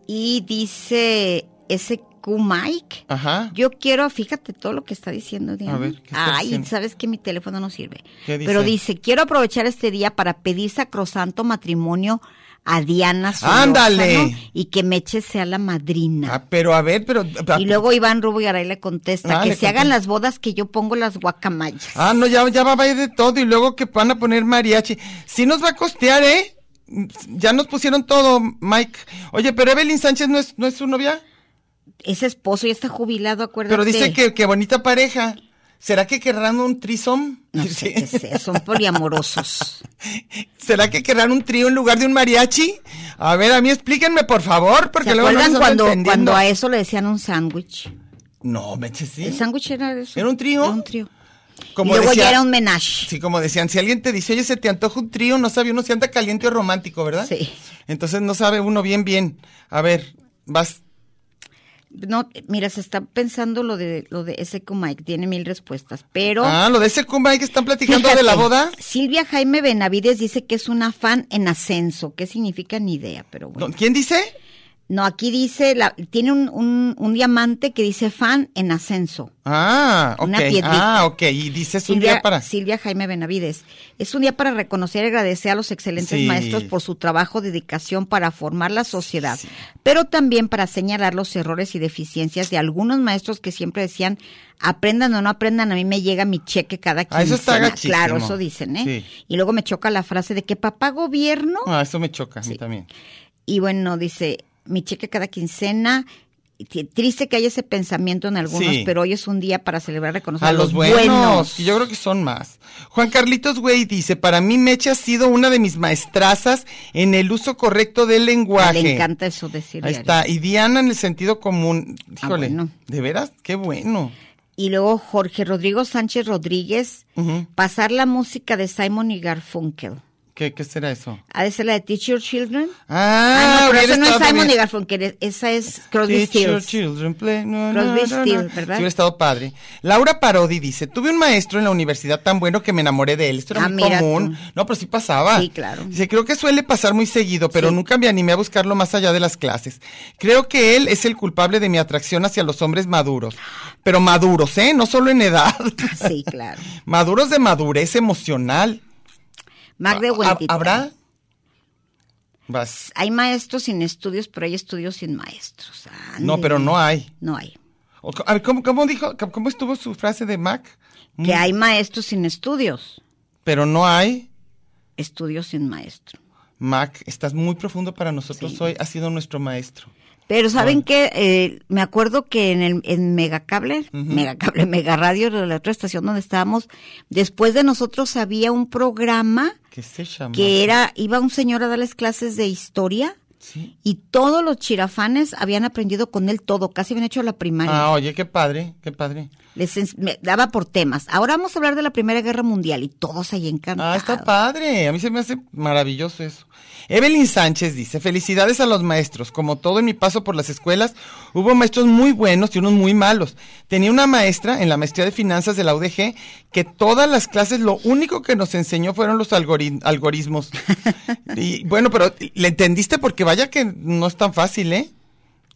Y dice ese Q Mike. Ajá. Yo quiero, fíjate todo lo que está diciendo Diana. ver, ¿qué está Ay, diciendo? sabes que mi teléfono no sirve. ¿Qué dice? Pero dice, quiero aprovechar este día para pedir sacrosanto matrimonio a Diana Solórzano ¡Ándale! y que Meche sea la madrina. Ah, pero a ver, pero. y luego Iván Rubo y Garay le contesta Ah, que le se contesta. hagan las bodas que yo pongo las guacamayas. Ah, no, ya, ya va a ir de todo y luego que van a poner mariachi. Sí nos va a costear, ¿eh? Mm, Ya nos pusieron todo, Mike. Oye, pero Evelyn Sánchez no es, no es su novia. Ese esposo ya está jubilado, acuérdate. Pero dice que, que bonita pareja. ¿Será que querrán un trisom? No sé qué sea, son poliamorosos. ¿Será que querrán un trío en lugar de un mariachi? A ver, a mí explíquenme, por favor, porque ¿Se luego acuerdan no les ando cuando, entendiendo. cuando a eso le decían un sándwich? No, meche, sí. El sándwich era eso. ¿Era un trío? Era un trío. Como y luego decía- ya era un menage. Sí, como decían, si alguien te dice, oye, se te antoja un trío, no sabe uno si anda caliente o romántico, ¿verdad? Sí. Entonces no sabe uno bien, bien. A ver, vas. No, mira, se está pensando lo de lo de ese Mike, tiene mil respuestas, pero Ah, lo de ese cumba ahí que están platicando fíjate, de la boda. Silvia Jaime Benavides dice que es una fan en ascenso, ¿qué significa ni idea? Pero bueno. No, ¿Quién dice? No, aquí dice, la- tiene un, un- un diamante que dice fan en ascenso. Ah, ok. Una piedrita. Ah, ok. Y dices un día para. Silvia Jaime Benavides. Es un día para reconocer y agradecer a los excelentes Sí. maestros por su trabajo, dedicación para formar la sociedad, pero también para señalar los errores y deficiencias de algunos maestros que siempre decían, aprendan o no aprendan, a mí me llega mi cheque cada Ah, quincena. eso está gachísimo. Claro, eso dicen, ¿eh? Sí. Y luego me choca la frase de que papá gobierno Ah, eso me choca, a mí también. y bueno, dice, mi cheque cada quincena. T- Triste que haya ese pensamiento en algunos, Sí. pero hoy es un día para celebrar reconocer A los buenos, que yo creo que son más. Juan Carlitos Güey dice, para mí Meche ha sido una de mis maestrazas en el uso correcto del lenguaje. Le encanta eso decir. Ahí está. Y Diana en el sentido común. Ah, Híjole, bueno. de veras, qué bueno. Y luego Jorge Rodrigo Sánchez Rodríguez, Ujú. pasar la música de Simon y Garfunkel. ¿Qué, qué será eso? ¿Ha de ser la de Teach Your Children? Ah, no, pero hubiera esa no es estado Simon bien. y Garfunkel, e- esa es Crosby Teach your Stills. children play. No, no, Crosby, no, no. Stills, ¿verdad? Sí, hubiera estado padre. Laura Parodi dice, tuve un maestro en la universidad tan bueno que me enamoré de él. Esto era Ah, muy mira común. tú. No, pero sí pasaba. Sí, claro. Dice, creo que suele pasar muy seguido, pero Sí. nunca me animé a buscarlo más allá de las clases. Creo que él es el culpable de mi atracción hacia los hombres maduros. Pero maduros, ¿eh? No solo en edad. Sí, claro. maduros de madurez emocional. Mac de Ah, ¿Ha- Huentitán. ¿Habrá? Vas. Hay maestros sin estudios, pero hay estudios sin maestros. No, Ándele. pero no hay. No hay. O- A ver, ¿cómo, cómo dijo? ¿Cómo estuvo su frase de Mac? Mm, Que hay maestros sin estudios, Pero no hay. estudios sin maestro. Mac, estás muy profundo para nosotros hoy. Has sido nuestro maestro. Pero ¿saben qué? Eh, me acuerdo que en el en Megacable, Megacable, Mega Radio, la otra estación donde estábamos, después de nosotros había un programa ¿Qué se llama? que era, iba un señor a darles clases de historia Sí. y todos los chirafanes habían aprendido con él todo, casi habían hecho la primaria. Ah, oye, qué padre, qué padre. Les ens- me daba por temas. Ahora vamos a hablar de la Primera Guerra Mundial y todos ahí encantados. Ah, está padre. A mí se me hace maravilloso eso. Evelyn Sánchez dice, felicidades a los maestros. Como todo en mi paso por las escuelas, hubo maestros muy buenos y unos muy malos. Tenía una maestra en la maestría de finanzas de la UDG que todas las clases lo único que nos enseñó fueron los algori- algoritmos. y bueno, pero le entendiste porque vaya que no es tan fácil, ¿eh?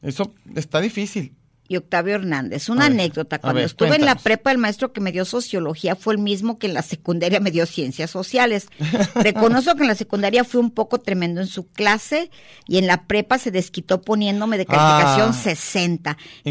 Eso está difícil. y Octavio Hernández. Una A ver, anécdota, a cuando ver, estuve en la cuéntanos. prepa, el maestro que me dio sociología fue el mismo que en la secundaria me dio ciencias sociales. Reconozco que en la secundaria fui un poco tremendo en su clase y en la prepa se desquitó poniéndome de calificación Ah, 60. Qué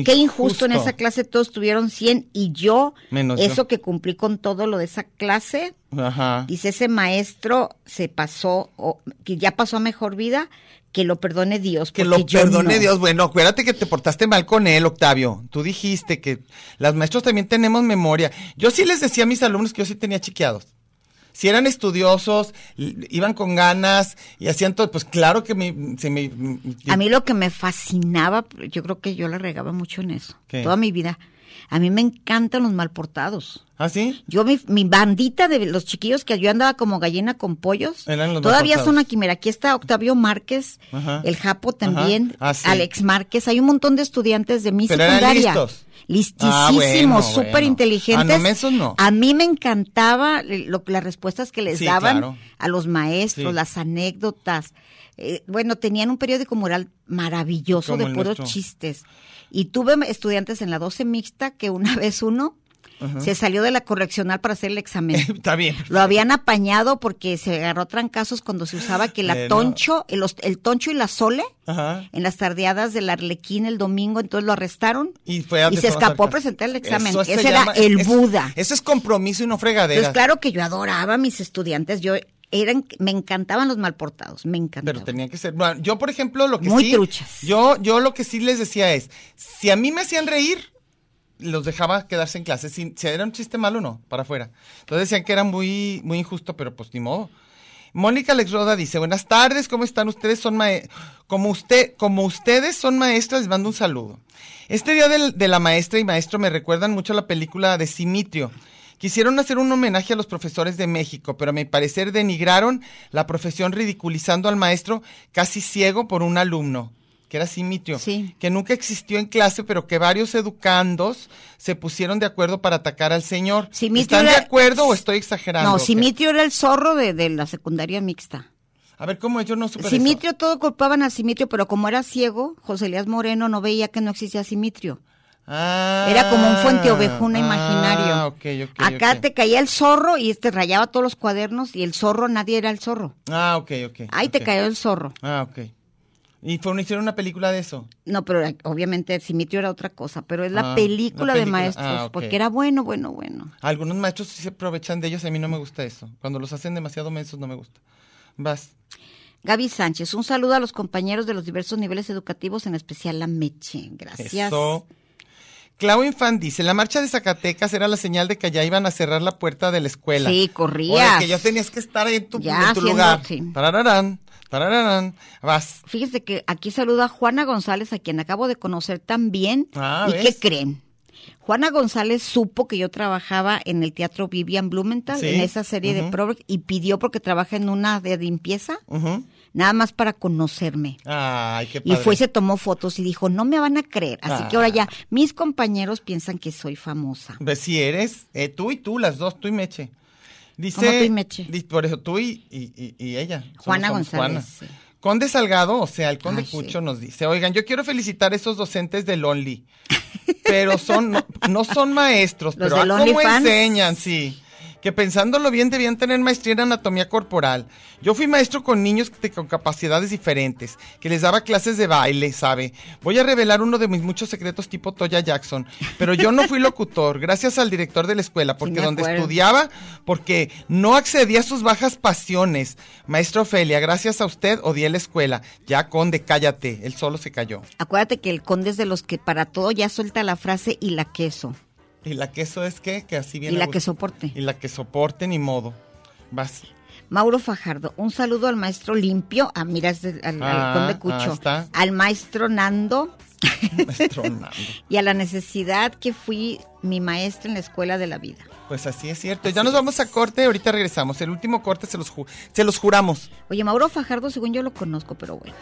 injusto, injusto. en esa clase todos tuvieron 100 y yo, Menos eso yo. que cumplí con todo lo de esa clase, Ajá. dice ese maestro se pasó, o, que ya pasó a mejor vida, que lo perdone Dios. Que porque lo yo perdone no. Dios. Bueno, acuérdate que te portaste mal con él, Octavio. Tú dijiste que las maestros también tenemos memoria. Yo sí les decía a mis alumnos que yo sí tenía chiqueados. Si eran estudiosos, i- iban con ganas y hacían todo, pues claro que me, se me... A mí lo que me fascinaba, yo creo que yo la regaba mucho en eso, ¿Qué? toda mi vida. A mí me encantan los malportados. ¿Ah, sí? Yo, mi, mi bandita de los chiquillos que yo andaba como gallina con pollos, Eran los todavía malportados. son aquí. Mira, aquí está Octavio Márquez, Ajá. el Japo también, Ah, sí. Alex Márquez. Hay un montón de estudiantes de mi Pero eran secundaria. listos. Listísimos, Ah, bueno, súper bueno. inteligentes. Ah, no, mensos no. A mí me encantaba lo, las respuestas que les Sí, daban claro. a los maestros, Sí. las anécdotas. Eh, bueno, tenían un periódico mural maravilloso Como de el puros nuestro. chistes. Y tuve estudiantes en la 12 mixta que una vez uno se salió de la correccional para hacer el examen. Está bien. Lo habían apañado porque se agarró a trancazos cuando se usaba que la Bueno. toncho, el, os- el toncho y la sole Ajá. en las tardeadas del Arlequín el domingo, entonces lo arrestaron Y, fue a se escapó a Tesoro Sarcas. presentar el examen. Eso se Ese era llama- el es- Buda. Eso es compromiso y no fregadera. Entonces, claro que yo adoraba a mis estudiantes, yo eran, me encantaban los malportados, me encantaban. Pero tenían que ser. bueno, yo, por ejemplo, lo que Muy sí. truchas. Yo, yo lo que sí les decía es: si a mí me hacían reír, los dejaba quedarse en clase. Si, si era un chiste malo, no, para afuera. Entonces decían que era muy, muy injusto, pero pues ni modo. Mónica Alex Roda dice, buenas tardes, ¿cómo están ustedes? Son mae- como, usted, como ustedes son maestras, les mando un saludo. Este día del- de la maestra y maestro me recuerdan mucho a la película de Simitrio. Quisieron hacer un homenaje a los profesores de México, pero a mi parecer denigraron la profesión ridiculizando al maestro casi ciego por un alumno, que era Simitrio, Sí. que nunca existió en clase, pero que varios educandos se pusieron de acuerdo para atacar al señor. Simitrio ¿Están de era- acuerdo o estoy exagerando? No, ¿O qué? Simitrio era el zorro de, de la secundaria mixta. A ver, ¿cómo yo no supe de Simitrio, todo culpaban a Simitrio, pero como era ciego, José Elías Moreno no veía que no existía Simitrio. eso? Ah, Era como un fuente ovejuna ah, imaginario. ok, ok, Acá ok. te caía el zorro y te rayaba todos los cuadernos y el zorro, nadie era el zorro. Ah, ok, ok. Ahí te ok. cayó el zorro. Ah, ok. Y fue, una- hicieron una película de eso. No, pero eh, obviamente el Simitrio era otra cosa, pero es la Ah, película la de película. maestros, Ah, ok. porque era bueno, bueno, bueno. Algunos maestros sí se aprovechan de ellos, a mí no me gusta eso. Cuando los hacen demasiado mensos no me gusta. Vas. Gaby Sánchez, un saludo a los compañeros de los diversos niveles educativos, en especial la Meche. Gracias. Eso. Clau Infant dice, la marcha de Zacatecas era la señal de que allá iban a cerrar la puerta de la escuela. Sí, corrías. O de que ya tenías que estar ahí en tu, Ya, en tu haciendo- lugar. sí. Tarararán, tarararán. Vas. Fíjese que aquí saluda a Juana González, a quien acabo de conocer también. Ah, ¿Y ¿ves? qué creen? Juana González supo que yo trabajaba en el teatro Vivian Blumenthal, Sí. en esa serie de Ujú. Proverbs, y pidió porque trabaja en una de limpieza, Ujú. nada más para conocerme. Ay, qué Y padre. Ah. fue y se tomó fotos y dijo, no me van a creer. Así que ahora ya, mis compañeros piensan que soy famosa. Ve si eres, eh, tú y tú, las dos, tú y Meche. Dice, ¿Cómo tú y Meche? di- por eso tú y, y- y- y ella. Somos- Juana somos González, Juana. sí. Conde Salgado, o sea, el Conde Ay, sí. Cucho nos dice, oigan, yo quiero felicitar a esos docentes del Only, pero son, no, no son maestros, Los pero del ah, cómo OnlyFans. enseñan, sí. Que pensándolo bien debían tener maestría en anatomía corporal. Yo fui maestro con niños de- con capacidades diferentes, que les daba clases de baile, ¿sabe? Voy a revelar uno de mis muchos secretos tipo Toya Jackson, pero yo no fui locutor, gracias al director de la escuela, porque me donde acuerdo. estudiaba estudiaba porque no accedía a sus bajas pasiones. Maestro Ofelia, gracias a usted odié la escuela. Ya, conde, cállate. Él solo se cayó. Acuérdate que el conde es de los que para todo ya suelta la frase y la queso. ¿Y la queso es qué? Que así viene. Y la a gusto. que soporte. Y la que soporte, ni modo. Vas. Mauro Fajardo, un saludo al maestro Limpio, ah, mira, es del- al, al Ah, conde ah, Cucho, está. al maestro Nando Maestro Nando. y a la necesidad que fui mi maestra en la escuela de la vida. Pues así es cierto. ya nos vamos a corte, ahorita regresamos. El último corte se los, ju- se los juramos. Oye, Mauro Fajardo, según yo lo conozco, pero bueno.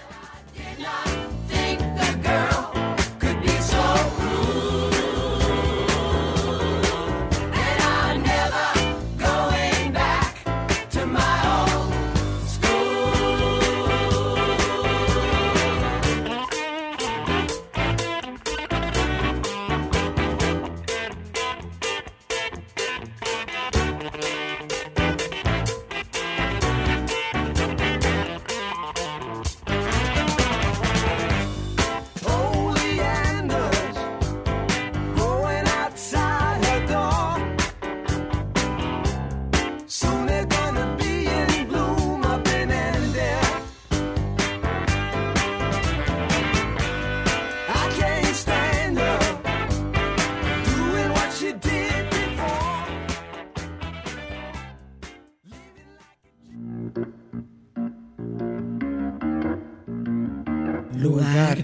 Oleanders growing outside her door. Soon they're gonna be in bloom up in and there. I can't stand her doing what she did before. Lugar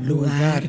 Lugar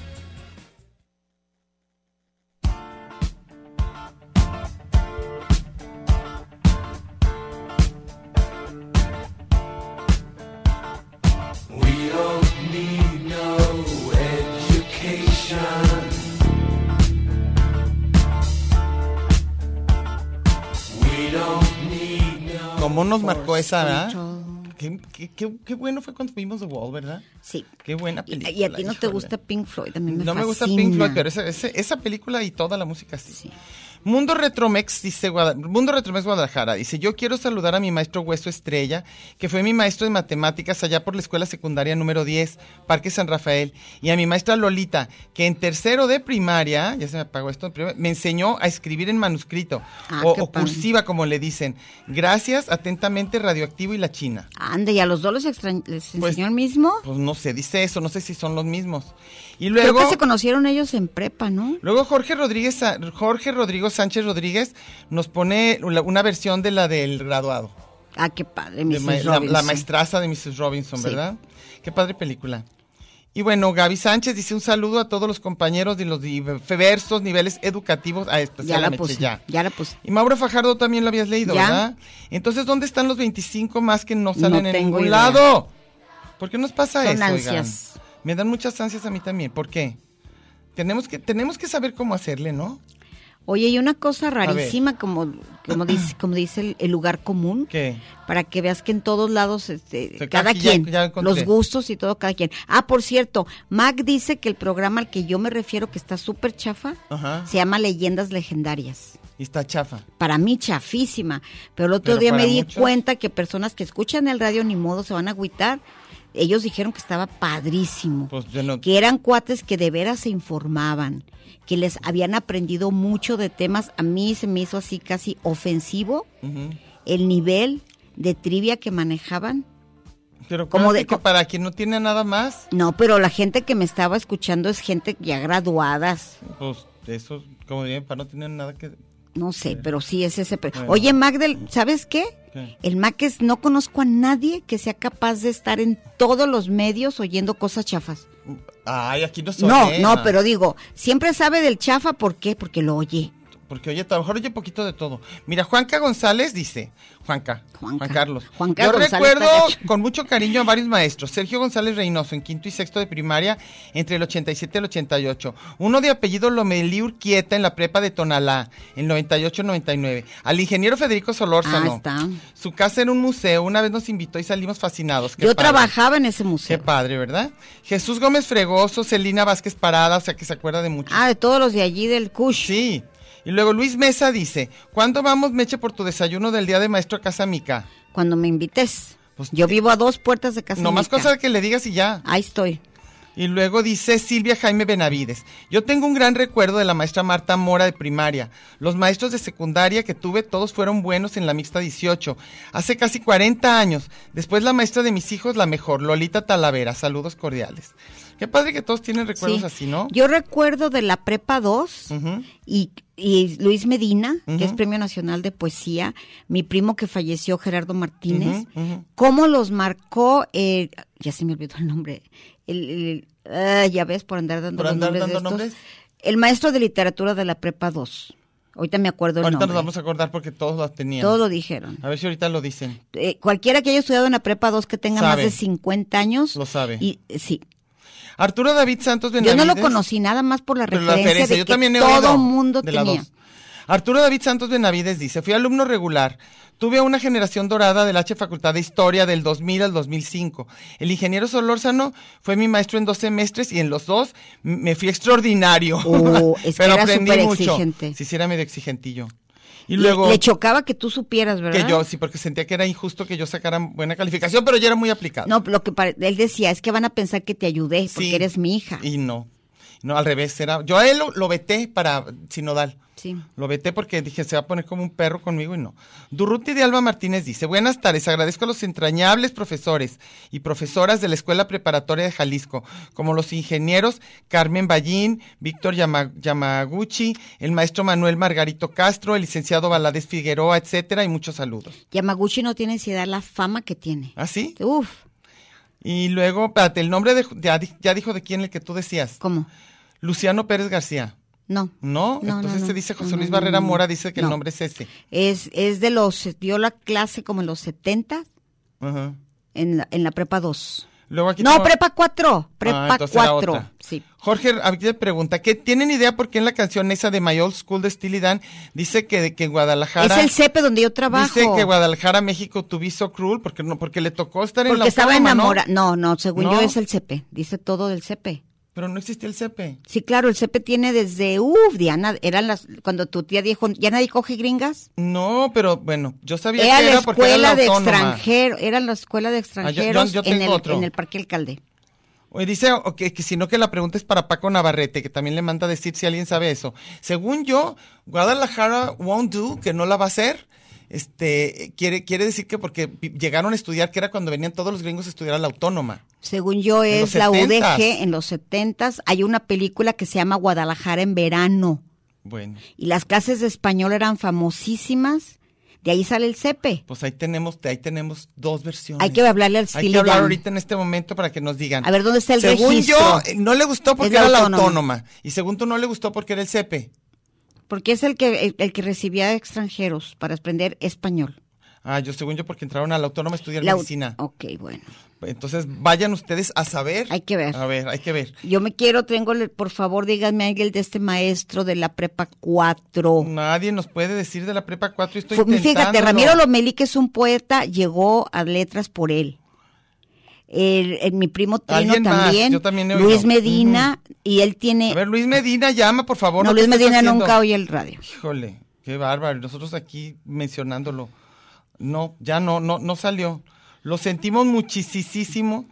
We don't need no education. We don't need no. ¿Cómo nos marcó esa, verdad? Qué, qué- qué- qué bueno fue cuando vimos The Wall, ¿verdad? Sí. Qué buena Y, película. y a ti no te híjole. gusta Pink Floyd, a mí me no me gusta fascina. Pink Floyd, pero esa, esa- esa película y toda la música sí. Sí. Mundo Retromex dice Guada- Mundo Retromex Guadalajara dice yo quiero saludar a mi maestro Hueso Estrella que fue mi maestro de matemáticas allá por la escuela secundaria número 10 Parque San Rafael y a mi maestra Lolita que en tercero de primaria ya se me apagó esto pero me enseñó a escribir en manuscrito Ah, o, qué o padre. cursiva como le dicen gracias atentamente radioactivo y la China Ande, y a los dos los extrañ- les enseñó Pues- el mismo. pues no sé dice eso no sé si son los mismos y Oh. Creo luego que se conocieron ellos en prepa, ¿no? Luego Jorge Rodríguez, Sa- Jorge Rodrigo Sánchez Rodríguez nos pone la- una versión de la del graduado, Ah, qué padre, de Mrs. ma- la, la Robinson. maestraza de Mrs. Robinson, Sí. ¿verdad? Qué padre película. Y bueno, Gaby Sánchez dice un saludo a todos los compañeros de los diversos niveles educativos, a Ya la especialmente puse, ya. ya. la puse. Y Mauro Fajardo también lo habías leído, Ya. ¿verdad? Entonces, ¿dónde están los 25 más que no salen No en tengo ningún idea. lado? ¿Por qué nos pasa Son eso? oigan? ansias. Me dan muchas ansias a mí también. ¿Por qué? Tenemos que, tenemos que saber cómo hacerle, ¿no? Oye, y una cosa rarísima, como, como dice, como dice el, el lugar común, ¿Qué? para que veas que en todos lados, este, sea, cada aquí ya- quien, ya encontré. los gustos y todo, cada quien. Ah, por cierto, Mac dice que el programa al que yo me refiero, que está súper chafa, Ajá. se llama Leyendas Legendarias. Y está chafa. Para mí, chafísima. Pero el otro Pero día para me di muchos. cuenta que personas que escuchan el radio ni modo se van a agüitar. Ellos dijeron que estaba padrísimo. Pues yo no. que eran cuates que de veras se informaban, que les habían aprendido mucho de temas. A mí se me hizo así casi ofensivo Ujú. el nivel de trivia que manejaban. Pero Como como de- que para quien no tiene nada más, No, pero la gente que me estaba escuchando es gente ya graduadas. pues eso, como dirían, para no tener nada que. No sé, pero sí es ese. pero- Bueno. Oye, Magdel, ¿sabes qué? ¿Qué? El Mac es, no conozco a nadie que sea capaz de estar en todos los medios oyendo cosas chafas. Ay, aquí no soy. No, eh, no, ma. pero digo, siempre sabe del chafa, ¿por qué? Porque lo oye. Porque oye, a lo mejor oye poquito de todo. Mira, Juanca González dice, Juanca, Juanca. Juan Carlos. Juanca Yo González recuerdo está gacho. con mucho cariño a varios maestros. Sergio González Reynoso en quinto y sexto de primaria entre el 87 y el 88. Uno de apellido Lomelí Urquieta en la prepa de Tonalá en 98-99. Al ingeniero Federico Solórzano. Ah, está. Su casa era un museo. Una vez nos invitó y salimos fascinados. Qué Yo padre. trabajaba en ese Qué museo. padre, ¿verdad? Jesús Gómez Fregoso, Celina Vázquez Parada, o sea que se acuerda de mucho. Ah, de todos los de allí del Cush. Sí. Y luego Luis Mesa dice, ¿cuándo vamos, Meche, por tu desayuno del día de maestro a casa Mica? Cuando me invites. Pues, Yo eh, vivo a dos puertas de casa. No más Mica. cosas que le digas y ya. Ahí estoy. Y luego dice Silvia Jaime Benavides, yo tengo un gran recuerdo de la maestra Marta Mora de primaria. Los maestros de secundaria que tuve todos fueron buenos en la mixta 18, hace casi 40 años. Después la maestra de mis hijos, la mejor, Lolita Talavera. Saludos cordiales. Qué padre que todos tienen recuerdos Sí. así, ¿no? Yo recuerdo de la Prepa 2 Ujú. y, y Luis Medina, Ujú. que es Premio Nacional de Poesía, mi primo que falleció, Gerardo Martínez, Ujú, ujú. cómo los marcó, eh, ya se me olvidó el nombre, el, el- ah, ya ves, por andar dando, Por los andar nombres de dando estos. nombres. el maestro de literatura de la Prepa 2. Ahorita me acuerdo el Ahorita nos nombre. vamos a acordar porque todos las tenían. Todo lo dijeron. A ver si ahorita lo dicen. Eh, cualquiera que haya estudiado en la prepa 2 que tenga Sabe. más de 50 años. Lo sabe. Y, eh, sí. Arturo David Santos Yo Benavides. no lo conocí nada más por la pero referencia, de yo que también he todo oído mundo de la tenía. dos. Arturo David Santos Benavides dice, fui alumno regular. Tuve una generación dorada del H Facultad de Historia del 2000 al 2005. El ingeniero Solórzano fue mi maestro en dos semestres y en los dos m- me fui extraordinario. Oh, es que era superexigente. Sí, sí, era medio exigentillo. Y Le- luego... le chocaba que tú supieras, ¿verdad? que yo, sí, porque sentía que era injusto que yo sacara buena calificación, pero yo era muy aplicado. No, lo que pare- él decía es que van a pensar que te ayudé porque Sí. eres mi hija. Y no. No, al revés, era. Yo a él lo, lo veté para sinodal. Sí. Lo veté porque dije, se va a poner como un perro conmigo y no. Durruti de Alba Martínez dice, buenas tardes, agradezco a los entrañables profesores y profesoras de la Escuela Preparatoria de Jalisco, como los ingenieros Carmen Ballín, Víctor Yama- Yamaguchi, el maestro Manuel Margarito Castro, el licenciado Valadez Figueroa, etcétera, y muchos saludos. Yamaguchi no tiene ansiedad la fama que tiene. ¿Ah, sí? Uf, Y luego, espérate, el nombre de, ya, di- ya dijo de quién el que tú decías. ¿cómo? Luciano Pérez García. No. No, No, no, entonces no. se dice José No, Luis no, no, Barrera no. Mora, dice que el No. nombre es este. ese. Es, es de los, dio la clase como en los 70 Ajá. en la, en la prepa 2. Luego aquí No, tengo- Ah, prepa 4, prepa entonces era 4. otra. Sí. Jorge aquí te pregunta, ¿qué tienen idea por qué en la canción esa de My Old School de Steely Dan dice que, que Guadalajara Es el CEPE E donde yo trabajo. dice que Guadalajara México to be so cruel porque no porque le tocó estar en la Porque estaba autónoma, ¿no? enamorada. No, no, según No. yo es el CP. Dice E, todo del CP. Pero no existía el CEPE. E. Sí, claro, el CP E tiene desde, uff, Diana, eran las, cuando tu tía dijo, ¿ya nadie coge gringas? No, pero bueno, yo sabía Era que la era porque era escuela la de autónoma. Ah, extranjeros, era la escuela de extranjeros yo en, tengo el, otro. en el Parque Alcalde. Oye, dice o que, que sino que la pregunta es para Paco Navarrete, que también le manda decir si alguien sabe eso. Según yo, Guadalajara won't do, que no la va a hacer. Este, eh, quiere, quiere decir que porque vi- llegaron a estudiar, que era cuando venían todos los gringos a estudiar a la autónoma. Según yo En es los la 70s. UDG en los 70 hay una película que se llama Guadalajara en verano Bueno, y las clases de español eran famosísimas. De ahí sale el CEPE. pues ahí tenemos, ahí tenemos dos versiones. E. Hay que hablarle al Hay Philly que hablar Dan. ahorita en este momento para que nos digan. A ver, ¿dónde está el según registro? yo, eh, no le gustó porque Es la era la autónoma. autónoma. Y según tú, no le gustó porque era el E CEPE. Porque es el que el, el que recibía extranjeros para aprender español. Ah, yo según yo porque entraron a la autónoma a estudiar La- medicina. Ok, bueno. Entonces vayan ustedes a saber. Hay que ver. A ver, hay que ver. Yo me quiero, tengo, el- por favor, díganme alguien de este maestro de la prepa 4. Nadie nos puede decir de la prepa 4 y Mm, estoy Fue- Fíjate, intentándolo. Ramiro Lomelí, que es un poeta, llegó a letras por él. El- el- mi primo Trino Alguien más, también, yo también he oído. Luis Medina, y él tiene... A ver, Luis Medina, llama, por favor. no, ¿qué Luis estás Medina haciendo? nunca oye el radio. Híjole, qué bárbaro. Nosotros aquí mencionándolo. No, ya no, no, no salió. Lo sentimos muchísimo.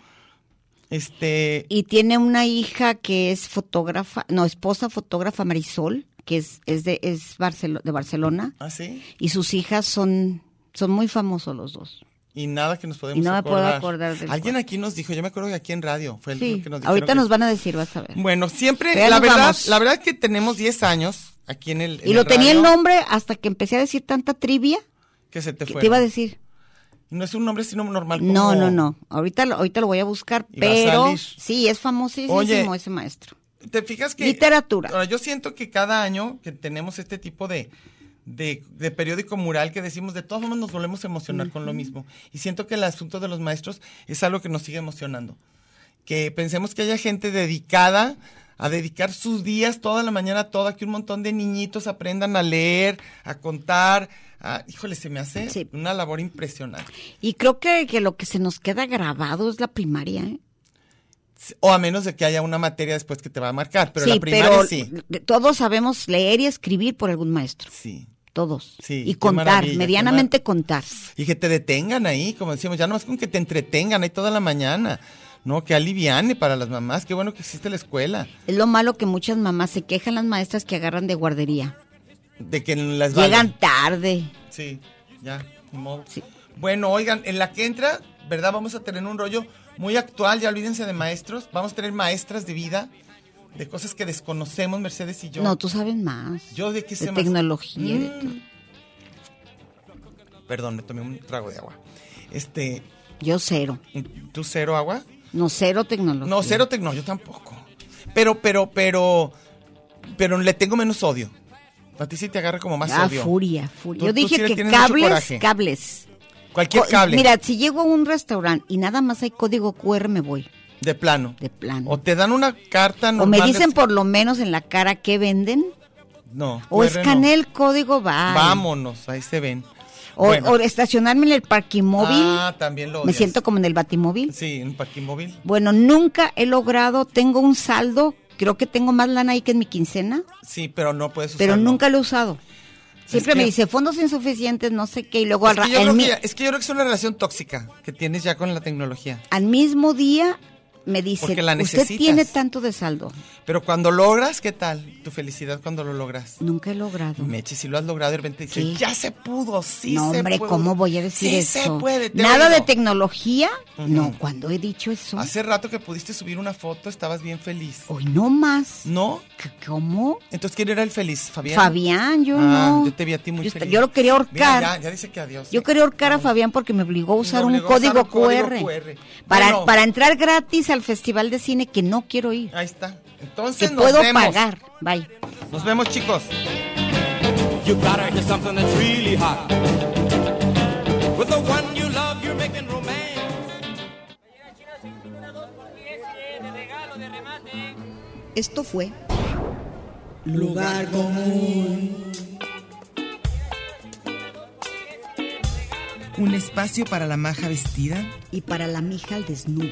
Este, Y tiene una hija que es fotógrafa, no, esposa fotógrafa Marisol, que es, es, de, es Barcelo- de Barcelona, ¿ah, sí? y sus hijas son, son muy famosos los dos. Y nada que nos podemos Y no me puedo acordar. acordar del Alguien aquí nos dijo, yo me acuerdo que aquí en radio fue el Sí, que nos dijeron ahorita que- nos van a decir, vas a ver. Bueno, siempre, Pero ya la nos verdad, vamos. la verdad es que tenemos 10 años aquí en el. en y lo tenía el radio, nombre hasta que empecé a decir tanta trivia Que se te que fue. te iba a decir. No es un nombre sino normal. Como... No, no, no. Ahorita, lo- ahorita lo voy a buscar, Y va a pero salir. sí, es famosísimo Oye. ese maestro. ¿Te fijas que. Literatura. Ahora, yo siento que cada año que tenemos este tipo de. De, de periódico mural que decimos, de todos modos nos volvemos a emocionar con lo mismo. Y siento que el asunto de los maestros es algo que nos sigue emocionando. Que pensemos que haya gente dedicada a dedicar sus días toda la mañana, toda, que un montón de niñitos aprendan a leer, a contar. a- híjole, se me hace Sí. una labor impresionante. Y creo que, que lo que se nos queda grabado es la primaria. ¿eh? O a menos de que haya una materia después que te va a marcar, pero la primaria sí. l- todos sabemos leer y escribir por algún maestro. Sí. Todos. Sí, y qué contar, maravilla, qué medianamente contar. Y que te detengan ahí, como decimos, ya nomás con que te entretengan ahí toda la mañana. No, que aliviane para las mamás. Qué bueno que existe la escuela. Es lo malo que muchas mamás se quejan las maestras que agarran de guardería. De que las valen. Llegan tarde. Sí, ya, ni modo. Sí. Bueno, oigan, en la que entra, ¿verdad? Vamos a tener un rollo muy actual, ya olvídense de maestros. Vamos a tener maestras de vida, de cosas que desconocemos, Mercedes y yo. No, tú sabes más. Yo de qué sé más. tecnología. de todo. Mm. Perdón, me tomé un trago de agua. Este, Yo cero. ¿tú cero agua? No, cero tecnología. No, cero tecno, yo tampoco. Pero, pero, pero, pero le tengo menos odio. A ti sí te agarra como más Ah, odio. furia, furia. Tú- Yo tú dije sí le que tienes mucho cables, coraje. cables. Cualquier Co- cable. Oh, Mira, si llego a un restaurante y nada más hay código QR, me voy. de plano. de plano. O te dan una carta O me normal. dicen de- por lo menos en la cara qué venden. No. O QR no. escaneé el código, va. Vámonos, ahí se ven. O, Bueno. o estacionarme en el parquimóvil. Ah, también lo me odias. siento como en el batimóvil. Sí, en parking móvil. Bueno, nunca he logrado, tengo un saldo, creo que tengo más lana ahí que en mi quincena, Sí, pero no puedes pero usarlo. nunca lo he usado. Siempre que- me dice fondos insuficientes, no sé qué, y luego Es al, ra- que, yo al creo mi- que ya- es que yo creo que es una relación tóxica que tienes ya con la tecnología. al mismo día me dice, Porque la usted necesitas". tiene tanto de saldo. Pero cuando logras, ¿qué tal? Tu felicidad cuando lo logras. Nunca he logrado. Meche, si lo has logrado, de repente dice, Sí. ya se pudo, sí no, se hombre, puede. ¿cómo voy a decir sí eso? se puede. te Nada oigo. de tecnología. Ujú. No, cuando he dicho eso. Hace rato que pudiste subir una foto, estabas bien feliz. Hoy no más. ¿No? C- ¿Cómo? Entonces, ¿quién era el feliz? Mm. ¿Fabián? Fabián, yo Ah, no. yo te vi a ti muy Yo, feliz. yo lo quería Mira, ahorcar. ya, ya dice que adiós. Yo quería ahorcar a Fabián porque me obligó a usar Me un obligó a usar código, un código QR. QR. Para, Bueno. para entrar gratis al festival de cine que no quiero ir. Ahí está. Que Entonces, nos puedo vemos. pagar. Bye. Nos vemos, chicos. You gotta hear something that's really hot. With the one you love, you're making romance. Esto fue Un espacio para la maja vestida, y para la mija al desnudo.